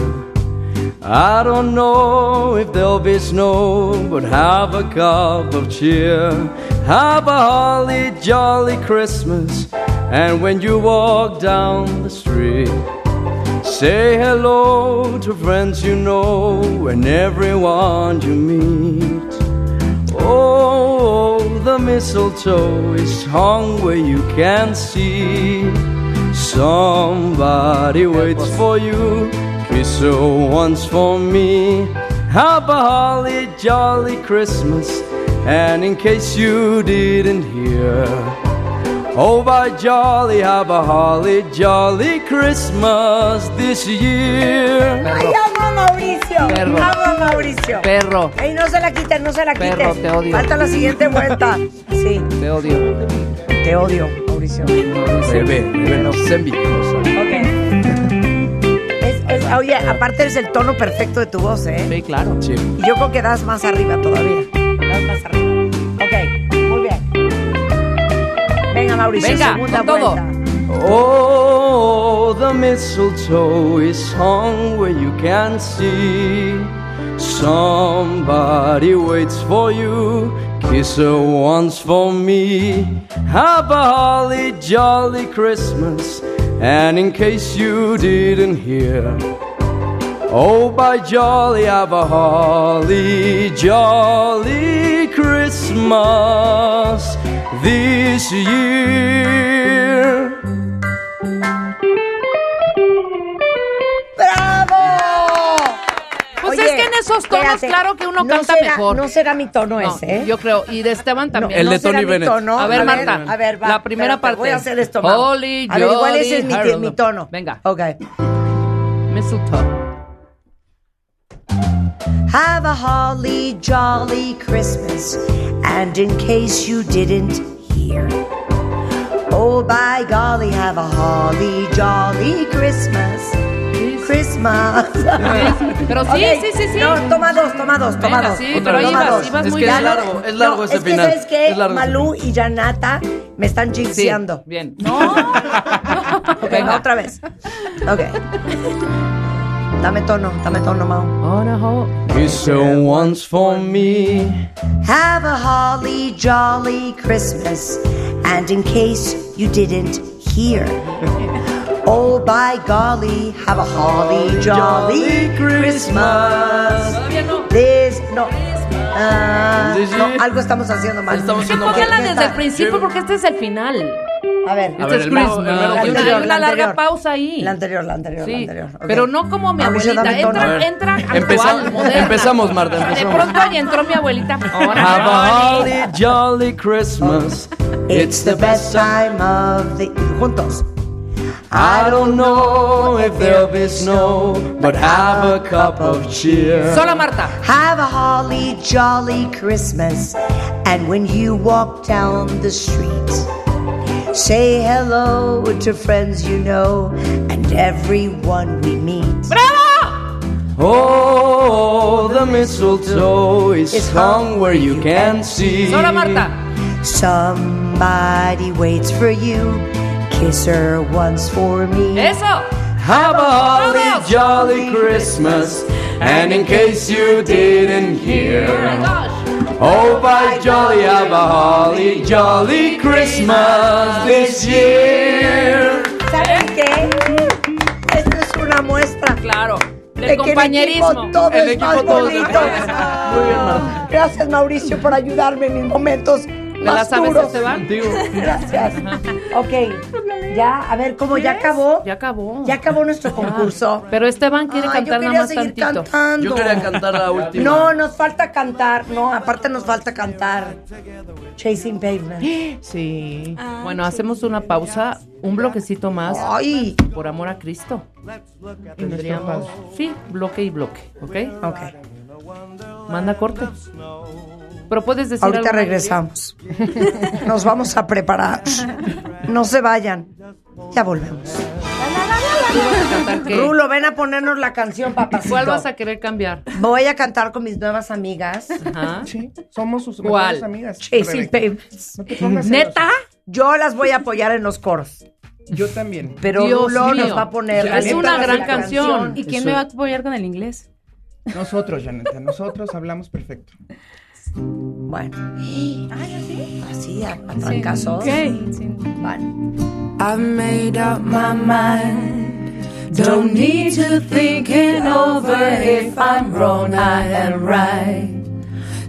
I don't know if there'll be snow, but have a cup of cheer. Have a holly jolly Christmas. And when you walk down the street, say hello to friends you know and everyone you meet. Oh, the mistletoe is hung where you can see. Somebody waits for you. Kiss her once for me. Have a holly jolly Christmas. And in case you didn't hear, oh, by jolly, have a holly jolly Christmas this year.
Ay, amo a Mauricio.
Perro.
Amo a Mauricio.
Perro.
Ey, no se la quiten, no se la quiten.
Perro, te odio.
Falta la siguiente vuelta. Sí.
Te odio.
Te odio, Mauricio.
Bebé, bebé, pues, no seas envidiosa.
Es- es- oye, aparte es el tono perfecto de tu voz, ¿eh?
Sí, claro.
Sí.
Y yo creo que das más arriba todavía. Das más arriba. Ok, muy bien. Venga, Mauricio,
Venga,
segunda
con todo.
vuelta.
Oh, the mistletoe is hung where you can see. Somebody waits for you. Kiss her once for me. Have a holly jolly Christmas. And in case you didn't hear, oh, by jolly, have a holly jolly Christmas this year.
¡Bravo!
Pues
Oye,
es que en esos tonos,
espérate,
claro que uno
no
canta
será-
mejor.
No será mi tono
No,
ese, ¿eh?
Yo creo. Y de Esteban también.
El de No será Tony mi Bennett. tono.
A ver,
A ver,
Marta.
a ver, va,
La primera
espérate,
parte.
voy a hacer esto, Mau.
Holy,
A ver, igual ese
jolly,
es mi-
Harold.
mi tono.
Venga.
Ok.
Mistletoe.
Have a holly jolly Christmas, and in case you didn't hear, oh by golly, have a holly jolly Christmas. Christmas.
Pero sí,
Ok,
sí, sí, sí.
No, toma dos, toma dos, toma
Venga,
dos.
sí, pero ahí
toma
vas,
dos.
sí vas
Es muy que es bien. largo, es largo
No,
ese
es que,
final,
¿sabes qué?
es largo ese
Malú y Janata me están jinxeando.
bien.
Ok, va otra vez. Ok. Dame tono, dame tono, Mau.
Kiss her once for me.
Have a holly jolly Christmas, and in case you didn't hear, oh by golly, have a holly jolly Christmas. This no, Ah, no, algo estamos haciendo mal.
Es que póngala desde el principio porque este es el final.
A ver,
Este es Christmas. Y
La
Una
anterior,
una
la
larga
anterior.
pausa ahí.
La anterior, la anterior,
Sí,
la anterior. ok.
Pero no como mi
Mauricio,
abuelita.
dame tono.
Entra,
A ver,
entra actual,
empezamos-
moderna.
empezamos, Marta,
De
empezamos.
pronto ahí entró mi abuelita.
Ah,
Have a
Ahora.
holly jolly Christmas.
It's the best time of the juntos.
I don't know if there'll be snow, but have a cup of cheer.
Sola Marta.
Have a holly jolly Christmas, and when you walk down the street, say hello to friends you know and everyone we meet.
¡Bravo!
Oh, the mistletoe is hung where you can see.
Somebody waits for you. Kiss her once for me.
Eso.
Have a holly jolly Christmas, and in case you didn't hear, oh by jolly, have a holly jolly Christmas this year.
¿Saben qué? Esto es una muestra.
Claro.
De que en equipo todo
El
es
equipo
más
todo
bonito.
se- Muy bien, Marta.
Gracias, Mauricio, por ayudarme en mis momentos más
las aves
duros.
se te van? Contigo.
Gracias. Ok. Ya, a ver, ¿cómo ya acabó?
Ya acabó. Ah,
Ya acabó nuestro concurso.
Pero Esteban quiere
Ay,
cantar
yo
nada
quería
más
seguir
tantito.
cantando.
Yo quería cantar la última.
No, nos falta cantar. No, aparte nos falta cantar. Chasing Pavement.
Sí. Bueno, hacemos una pausa, un bloquecito más.
Ay.
Por amor a Cristo.
pausa.
Tendríamos. Sí, bloque y bloque, ¿ok?
Ok.
Manda corte. Pero puedes decir
Ahorita
alguna-
regresamos. Nos vamos a preparar. No se vayan. Ya volvemos. Rulo, ven a ponernos la canción, papacito.
¿Cuál vas a querer cambiar?
Voy a cantar con mis nuevas amigas.
Ajá.
Somos sus
¿Cuál?
mejores amigas.
Chasing Pavements. ¿Neta? Yo las voy a apoyar en los coros.
Yo también.
Pero
Dios
Rulo
mío.
nos va a poner.
Es
neta,
una
va a ser
gran
la
canción.
¿Y quién
Eso.
me va a apoyar con el inglés?
Nosotros, Janeta, nosotros hablamos perfecto.
Bueno. Así, a a trancazos. Vale.
I've made up my mind. Don't need to think it over if I'm wrong, I am right.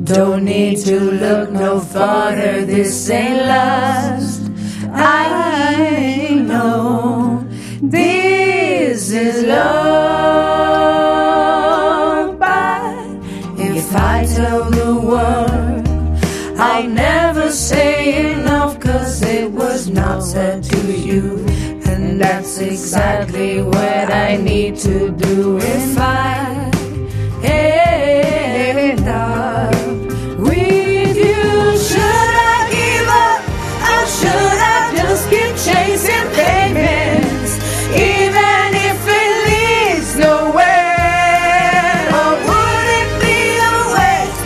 Don't need to look no further, this ain't lust. I know this is love, but if I tell the world, I'll never say enough, cause it was not said to you. And that's exactly what I need to do if I end up with you. Should I give up? Or should I just keep chasing payments? Even if it leads nowhere, or would it be a waste?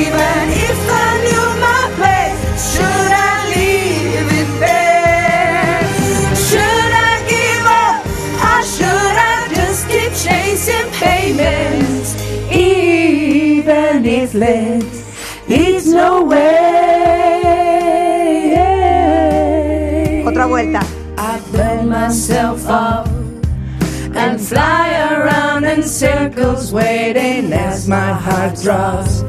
Even if I knew my place, should I leave it there? Should I give up? Or should I just keep chasing payments? Even if less is nowhere.
Otra vuelta.
I burn myself up and fly around in circles, waiting as my heart drops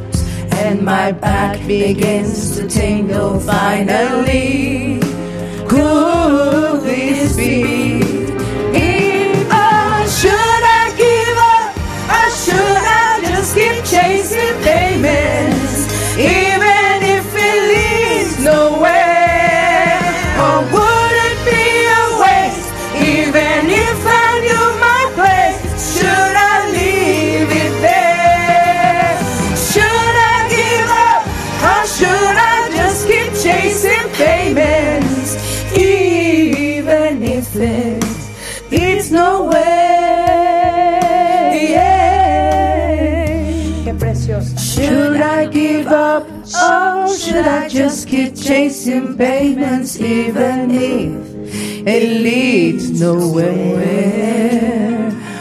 and my back begins to tingle. Finally, could this be? it? Or should I give up? Or should I just keep chasing payments, even if it leads nowhere? Or Oh, would it be a waste, even if I knew my place? Should I leave it there? Should I give up? Or should I just keep chasing payments, even if it leads nowhere?
Qué preciosa.
Should I give up? Oh, should I just keep chasing payments even if it leads nowhere?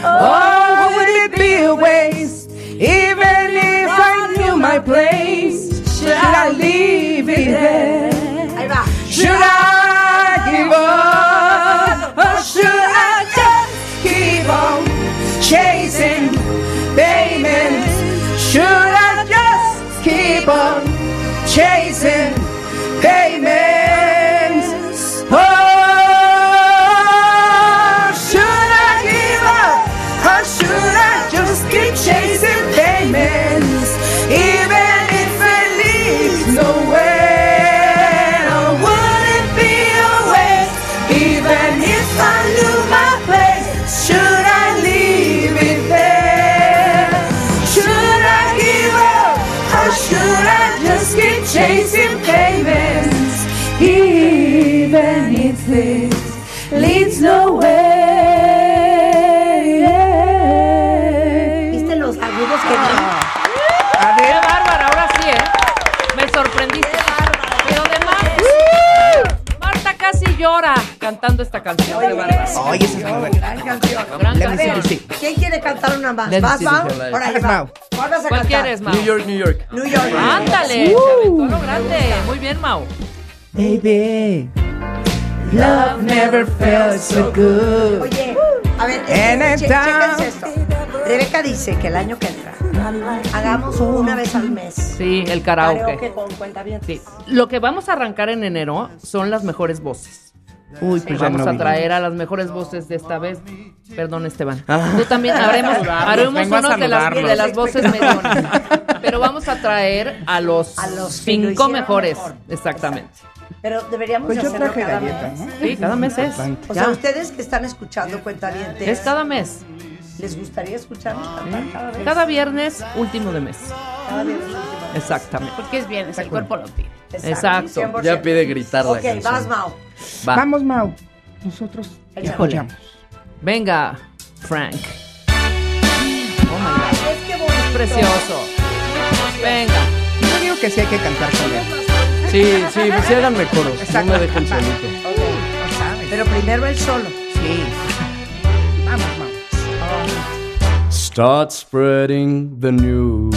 Oh, would it be a waste? Even if I knew my place, should I leave it there? Should I give up? Or should I just keep on chasing payments? Should I just keep on chasing payments? Oh, should I give up? Or should I just keep chasing payments? Even if it leads nowhere, or would it be a waste? Even if I knew my place, should I leave it there? Should I give up? Or should I just keep chasing payments? Even if it leads nowhere.
¿Viste
Ah. ¿eh? cantando esta canción.
Oye, esa es muy buena. Gran canción.
Gran
A ver,
canción.
¿Quién quiere cantar una más?
Let me
¿Vas,
see the
Mau?
headlight.
Órale, Mau. ¿Cuál vas a
¿Cuál
cantar?
quieres, Mau?
New York, New York.
New York.
Ándale, se aventó lo grande. Muy bien, Mau.
Baby, love never felt so good.
Oye, a ver, eh,
En
che-
el town.
chéquense esto. Rebeca dice que el año que entra hagamos una vez al mes.
Sí, el karaoke.
con cuentavientes.
Lo que vamos a arrancar en enero son las mejores voces.
Uy,
Sí,
pues ya
vamos
no
a
vi.
traer a las mejores voces de esta vez. Perdón, Esteban.
Ah.
Tú también haremos,
Saludarlos,
haremos
vengo a
unos de las,
saludarlos.
de las voces medonas. Pero vamos a traer a los,
que lo
cinco
hicieron
mejores.
mejor.
Exactamente.
Pero deberíamos
Pues yo
hacerlo
traje
cada mes.
galletas, ¿no? Sí, cada mes es.
O
Ya.
sea, ustedes que están escuchando cuentavientes.
Es cada mes.
¿Les gustaría escucharnos cantar cada vez?
Cada viernes, último de mes.
Cada viernes, último.
Exactamente.
Porque es viernes, el cuerpo lo pide.
Exacto.
100%.
Ya pide gritar la
Ok,
canción.
vas, Mau.
Va.
Vamos, Mau. Nosotros
Híjole. Venga, Frank. Oh my God. Precioso. Venga.
Yo digo que sí hay que cantar con él.
Sí, sí, pues sí, háganme coros. No me dejen solito.
Pero primero el solo.
Sí. Vamos, Mau.
Start spreading the news.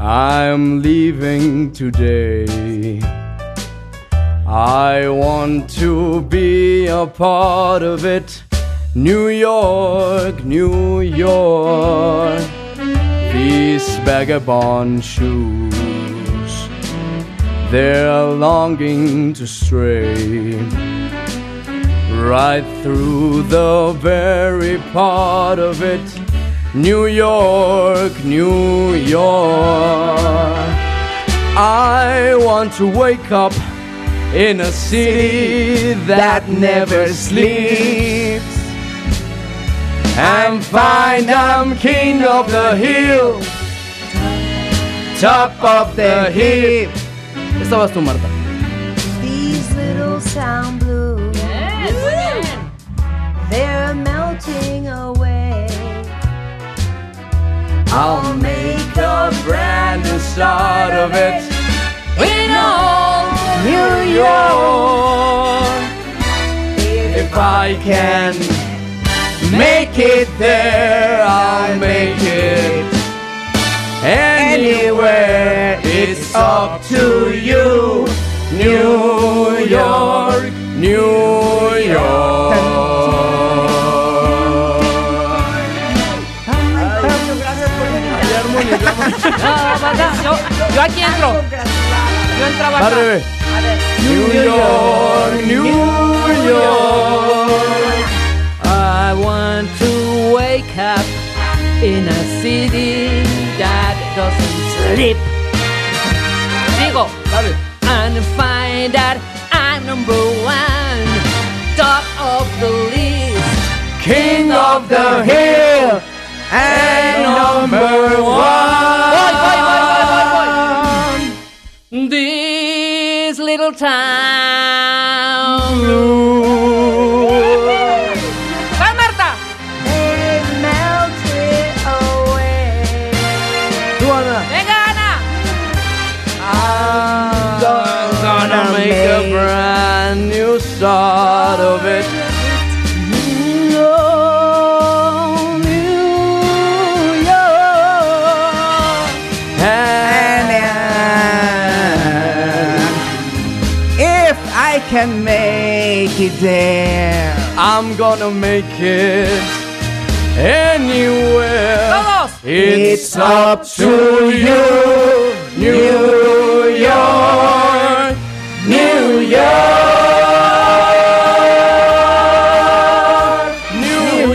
I'm leaving today. I want to be a part of it. New York, New York. These vagabond shoes, they're longing to stray right through the very part of it. New York, New York. I want to wake up in a city that never sleeps and find I'm king of the hill, top of the heap.
Estabas tú, Marta.
These little sound blues, they're melting away.
I'll make a brand new start of it in old New York. If I can make it there, I'll make it anywhere. It's up to you, New York, New York.
No, vas a- yo, yo aquí entro. Yo entraba
Va,
acá.
Rebe. New York, New York.
I want to wake up in a city that doesn't sleep. Digo, and find that I'm number one, top of the list.
King of the hill and number
Voy, voy, voy, voy, voy,
one.
voy. This little town. ¡Vas, Marta!
Tú, Ana.
¡Venga, Ana!
I'm gonna make a brand new start of it.
If I can make it there.
I'm gonna make it anywhere.
Todos.
It's up to you, New York, New York, New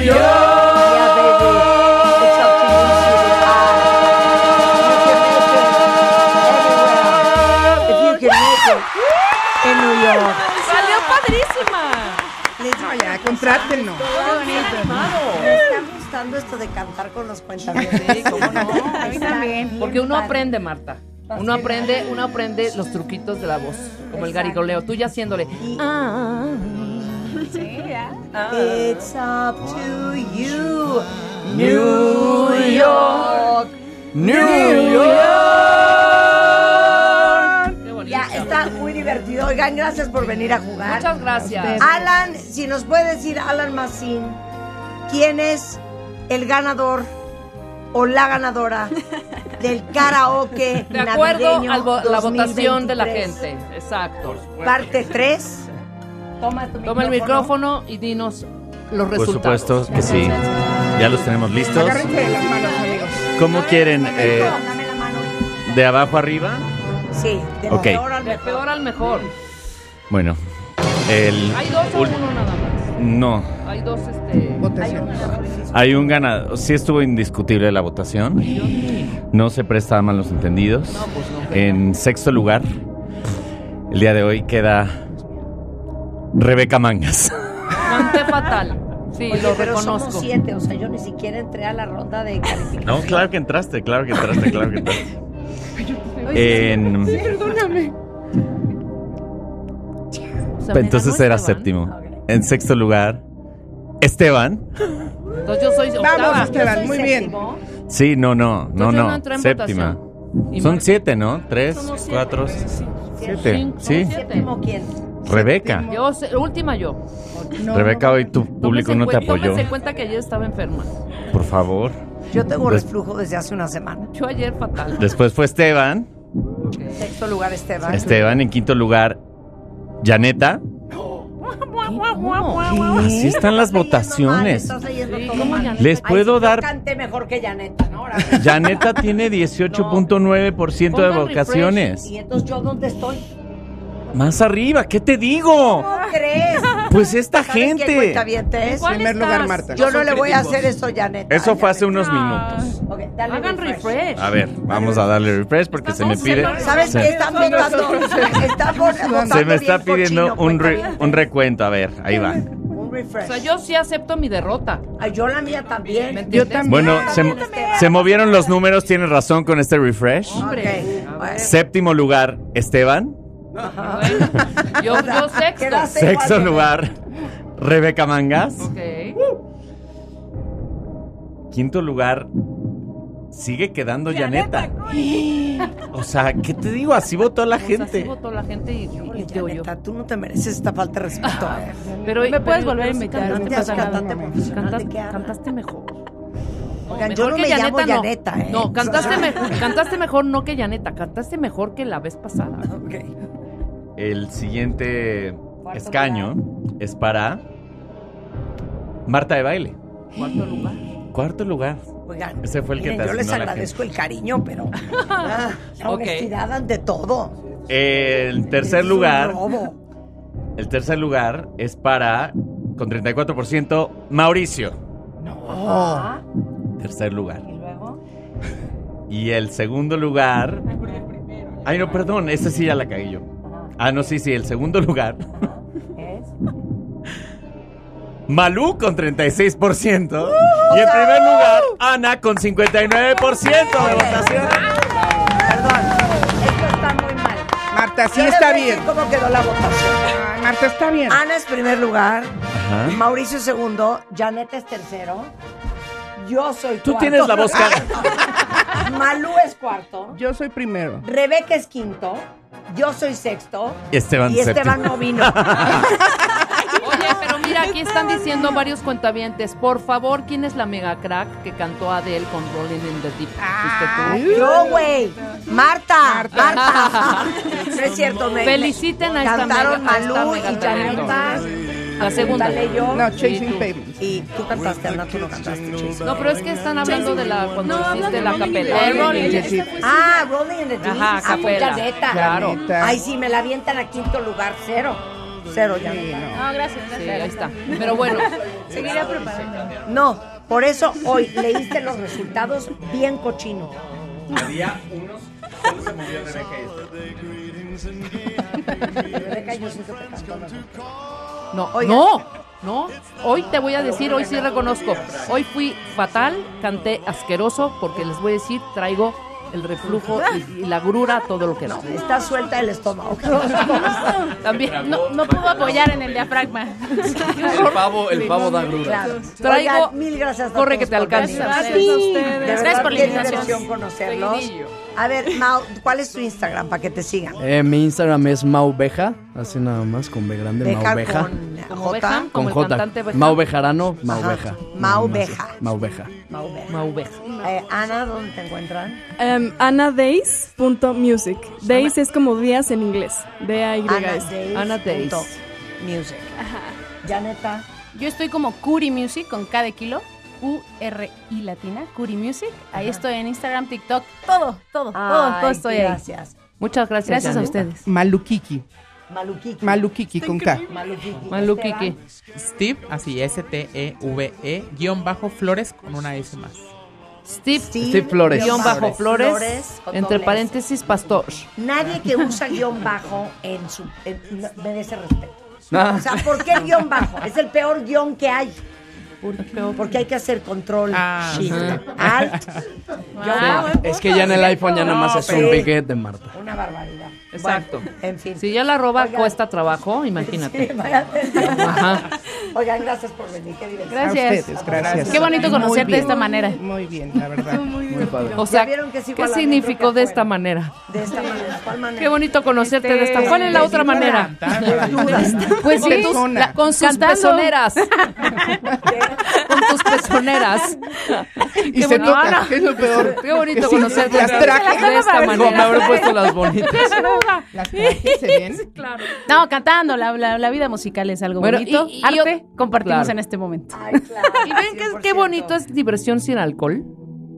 If you can make it in New York.
¡Salió padrísima!
No, ya, contrátenlo.
Qué bonito. Me está gustando esto de cantar con los cuentavientes.
A mí también. Ah, Porque uno aprende, Marta. Uno aprende, uno aprende los truquitos de la voz, como el garigoleo, tú ya haciéndole.
It's up to you.
New York, New York.
Ya, está muy divertido. divertido. Oigan, gracias por venir a jugar. Este,
Muchas gracias.
Alan, si nos puede decir, Alan Massin, ¿quién es el ganador o la ganadora del karaoke
De acuerdo
navideño
a la
2023?
votación de la gente. Exacto.
Parte 3. Toma,
Toma el micrófono y dinos los
Por
resultados.
supuesto que sí. Ya los tenemos listos.
Agárrense de las manos,
amigos.
¿Cómo quieren? eh, ¿De abajo arriba?
Sí,
de Ok. peor
al mejor.
Bueno. El
Hay dos o
ul-
uno nada más.
No.
Hay dos este, votaciones.
Hay un ganador. Sí estuvo indiscutible la votación. No se presta a malos entendidos. En sexto lugar, el día de hoy queda Rebeca Mangas.
Monté fatal. Sí,
Oye,
lo
pero
reconozco.
somos siete, o sea, yo ni siquiera entré a la ronda de calificación.
No, claro que entraste, claro que entraste, claro que entraste. En-
Perdóname.
Entonces era séptimo. En sexto lugar, Esteban.
Entonces yo soy
Vamos,
octava.
Esteban, muy bien.
Sí, no, no, no,
Entonces yo no
no.
entré en
Séptima.
Y
Son
Marco-
siete, ¿no? Tres,
Somos siete,
cuatro,
sí,
seis,
sí.
siete.
Somos
Sí,
¿Séptimo
quién?
Rebeca.
Yo, sé- última yo.
Rebeca, hoy tu público no te apoyó.
se cuenta que ayer estaba enferma.
Por favor.
Yo tengo
Des-
reflujo desde hace una semana.
Yo ayer fatal.
Después fue Esteban.
Sexto lugar, Esteban.
Esteban en quinto lugar. Janeta. Así están las votaciones.
Estás leyendo todo mal.
Les
Ay,
puedo
sí, yo
dar-
canté mejor que Janeta, ¿no? Ahora.
Janeta tiene 18.9% de
Pongan
votaciones.
refresh. ¿Y entonces yo dónde estoy?
Más arriba, ¿qué te digo?
¿Cómo crees?
Pues esta
¿Sabes qué,
gente.
cuentavientes?
¿En cuál
primer estás? lugar, Marta.
Yo Eh, no
Son
le voy a
críticos.
hacer eso, Janet.
Eso fue hace unos minutos.
Ok, dale
Hagan refresh.
A ver, vamos a darle refresh porque se me pide.
¿Sabes
se-
qué están votando? Están votando
Se me está
bien
pidiendo
cochino,
un, re-
cuentavientes.
un recuento. A ver, ahí va.
Un
O
refresh.
sea, yo sí acepto mi derrota.
yo la mía también.
Yo también.
Bueno, se, se movieron los números, tienes razón con este refresh.
Hombre.
Séptimo lugar, Esteban.
Yo, yo sexto.
Sexto lugar, Rebeca Mangas.
Ok.
Quinto lugar, sigue quedando Janeta. O sea, ¿qué te digo? Pues Así votó la
Así
gente.
votó Ah, la gente y, y te oyó.
Tú no te mereces esta falta de respeto.
Pero,
Me puedes volver a
sí
invitar, no
Cantaste,
te pasa nada.
cantante cantaste, cantaste mejor.
Oigan, yo
mejor
no
que
me llamo
no.
Yaneta, ¿eh?
No, cantaste, me- cantaste mejor no que Yaneta, cantaste mejor que la vez pasada.
El siguiente escaño es para Marta de Baile.
Cuarto lugar.
Cuarto lugar.
Oigan,
Ese fue el que
miren,
te
yo les
asignó la
agradezco el cariño, pero ah, la
Ok.
honestidad ante todo.
El tercer
Es un
lugar.
robo.
El tercer lugar es para, con 34%, Mauricio.
Oh.
Tercer lugar. ¿Y el segundo lugar. Ay, no, perdón, ese sí ya la cagué yo. Ah, no, sí, sí, el segundo lugar. Malú con 36%. Y en primer lugar, Ana con 59% de votación.
Marta, sí
Yo les
está
voy a decir
bien.
¿Cómo quedó la votación?
Marta, está bien.
Ana es primer lugar,
Ajá.
Mauricio es segundo, Janeta es tercero, yo soy
Tú
cuarto.
tienes la voz cara.
Malú es cuarto,
Yo soy primero.
Rebeca es quinto, yo soy sexto
Esteban
y Esteban
séptimo.
no vino.
Oye, pero mira, aquí están diciendo varios cuentavientes. Por favor, ¿quién es la mega crack que cantó Adele con Rolling in the Deep? ¿Fuiste tú?
Yo, güey. Ah, Marta, Marta. No es cierto, me
Feliciten a esta
Cantaron
mega- a esta
Malú
mega
y
talento.
Janeta.
La segunda.
Cantaré yo.
No, Chasing
Y-
Pavements.
Y tú cantaste, Ana, tú no cantaste Chasing
No, pero es que están hablando de la cuando hiciste la capela.
Rolling in the Deep. Ah, Rolling in the Deep.
Ajá,
Ah, pues,
capela.
Janeta.
Claro.
Ay, sí, me la avientan a quinto lugar, cero. Cero, Janeta.
No, gracias.
Sí, ahí está. Pero bueno.
Seguiré preparando.
No, por eso hoy leíste los resultados bien cochino.
Había unos. solo se movió Rebeca y
Rebeca, yo siento que cantó mejor.
No, no, no. Hoy te voy a decir, hoy sí reconozco. Hoy fui fatal, canté asqueroso, porque les voy a decir, traigo el reflujo y, y la grura, todo lo que no.
Está suelta el estómago.
También, no,
No puedo apoyar en el diafragma.
El pavo, el pavo da grura.
Claro.
Traigo-
Oigan, mil gracias a
Corre
todos
que te
por
alcance.
venir.
Gracias
Sí.
a ustedes.
De
Gracias
verdad,
por la
qué
invitación.
diversión conocerlos. A ver, Mau, ¿cuál es tu Instagram para que te sigan?
Eh, mi Instagram es maubeja, así nada más, con B grande,
Bejar
maubeja.
con
Con,
J.
J,
como el cantante
J.
Bejar.
Mau Bejarano,
Ajá.
maubeja.
Mau Beja.
Maubeja.
Eh, Ana, ¿dónde te encuentran?
Um, anadays.music. Days es como días en inglés. D-A-Y.
Ana Days.
Music. Janeta.
Yo estoy como Curi Music con K de kilo. U-R-I latina, Curi Music. Ahí estoy en Instagram, TikTok, todo, todo, todo, todo
Ay,
estoy ahí.
gracias.
Muchas gracias.
Gracias a
Janet.
ustedes.
Malukiki.
Malukiki.
Malukiki con K.
Malukiki.
Malukiki. Steve, así S-T-E-V-E, E, guión bajo Flores con una S más.
Steve,
Steve Flores.
Guión bajo Flores,
Flores, con
entre
doble S.
paréntesis, pastor.
Nadie que usa guión bajo en su en- no, merece respeto.
Ah.
O sea, ¿por qué el guión bajo? Es el peor guión que hay. Porque hay que hacer control,
Ah,
shift,
Ajá.
alt. guión
Sí.
bajo.
Es que ya en el iPhone ya nada más es un
Sí.
piquete, Marta.
Una barbaridad.
Exacto.
en fin.
Si ya la roba cuesta trabajo, imagínate.
Sí, vaya atención.
Ajá.
Oigan, gracias por venir. Qué divertido.
Gracias. Qué bonito conocerte de esta manera.
Muy bien, la verdad.
Muy padre.
O sea,
Ya vieron que es igual
¿qué
adentro
significó de esta manera?
De esta manera. ¿Cuál manera?
Qué bonito conocerte de esta. ¿Cuál es la otra manera? Pues
Sí.
con tus, la- con sus
Cantando.
pezoneras. con tus pezoneras.
Y se
bonito.
nota,
No, no.
que es lo peor.
Qué bonito
Que sí,
conocerte
las traje.
de esta manera.
Me habré puesto las bonitas.
Las claro. No, cantando, la, la- la vida musical es algo
Bueno,
bonito.
y- y yo-
Arte compartimos
Claro.
en este momento.
¿Y ven qué, qué bonito es diversión sin alcohol?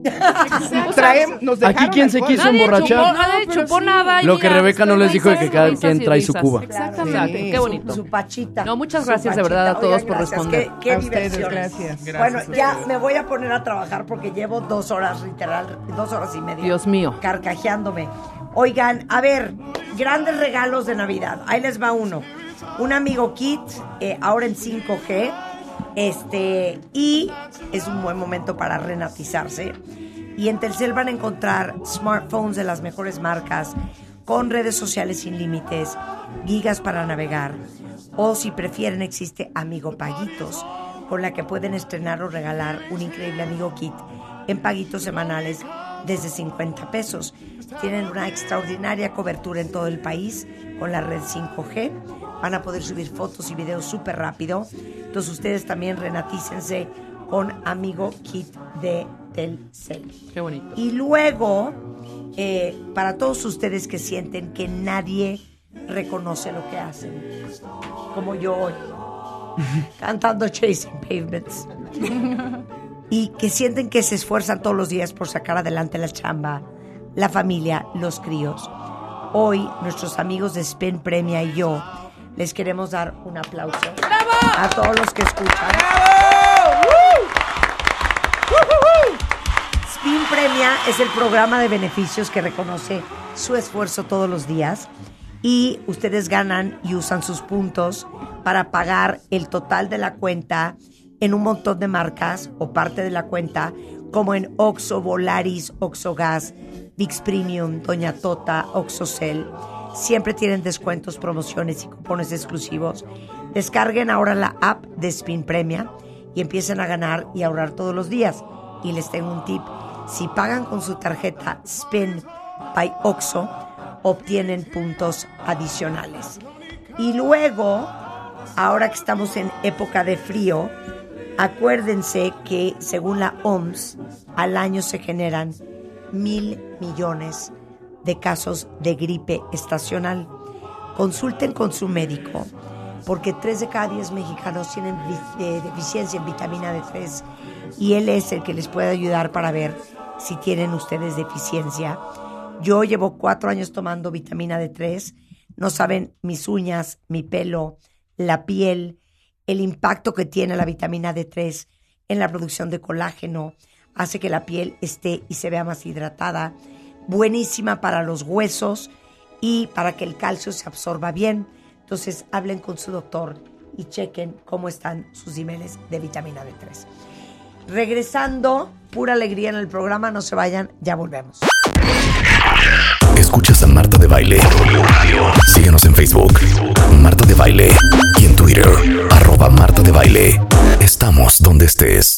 Traem- nos dejaron
Aquí quien se
alcohol.
quiso Nadie emborrachar. chupó,
nadie chupó nada.
Lo que Rebecca no les dijo es que cada quien trae su cuba.
Exactamente, qué bonito.
Su pachita.
No, muchas gracias de verdad a
Oigan,
todos por
gracias,
responder.
Qué, qué
A
ustedes,
diversión.
gracias.
Bueno,
Gracias a
ya
ustedes.
me voy a poner a trabajar porque llevo dos horas, literal, dos horas y media.
Dios mío.
Carcajeándome. Oigan, a ver, grandes regalos de Navidad. Ahí les va uno. Un amigo Kit, eh, ahora en 5G. Este, y es un buen momento para renatizarse. Y en Telcel van a encontrar smartphones de las mejores marcas, con redes sociales sin límites, gigas para navegar, o si prefieren existe Amigo Paguitos, con la que pueden estrenar o regalar un increíble Amigo Kit en paguitos semanales desde 50 pesos. Tienen una extraordinaria cobertura en todo el país con la red 5G. Van a poder subir fotos y videos súper rápido. Entonces ustedes también renatícense con Amigo Kit de Telcel.
Qué bonito.
Y luego, eh, para todos ustedes que sienten que nadie reconoce lo que hacen, como yo hoy, cantando Chasing Pavements, y que sienten que se esfuerzan todos los días por sacar adelante la chamba, la familia, los críos. Hoy, nuestros amigos de Spin Premia y yo les queremos dar un aplauso a todos los que escuchan. Spin Premia es el programa de beneficios que reconoce su esfuerzo todos los días y ustedes ganan y usan sus puntos para pagar el total de la cuenta en un montón de marcas o parte de la cuenta como en Oxo, Volaris, Oxo Gas, Vix Premium, Doña Tota, Oxocel. Siempre tienen descuentos, promociones y cupones exclusivos. Descarguen ahora la app de Spin Premia y empiecen a ganar y ahorrar todos los días. Y les tengo un tip. Si pagan con su tarjeta Spin by Oxo, obtienen puntos adicionales. Y luego, ahora que estamos en época de frío, acuérdense que según la OMS, al año se generan mil millones de casos de gripe estacional. Consulten con su médico, porque 3 de cada 10 mexicanos tienen vi- eh, deficiencia en vitamina D3 y él es el que les puede ayudar para ver si tienen ustedes deficiencia. Yo llevo cuatro años tomando vitamina D3. No saben mis uñas, mi pelo, la piel, el impacto que tiene la vitamina D3 en la producción de colágeno. Hace que la piel esté y se vea más hidratada. Buenísima para los huesos y para que el calcio se absorba bien. Entonces hablen con su doctor y chequen cómo están sus niveles de vitamina D3. Regresando, pura alegría en el programa. No se vayan, ya volvemos.
Escuchas a Marta de Baile. Síguenos en Facebook, Marta de Baile, y en Twitter, arroba Marta de Baile. Estamos donde estés.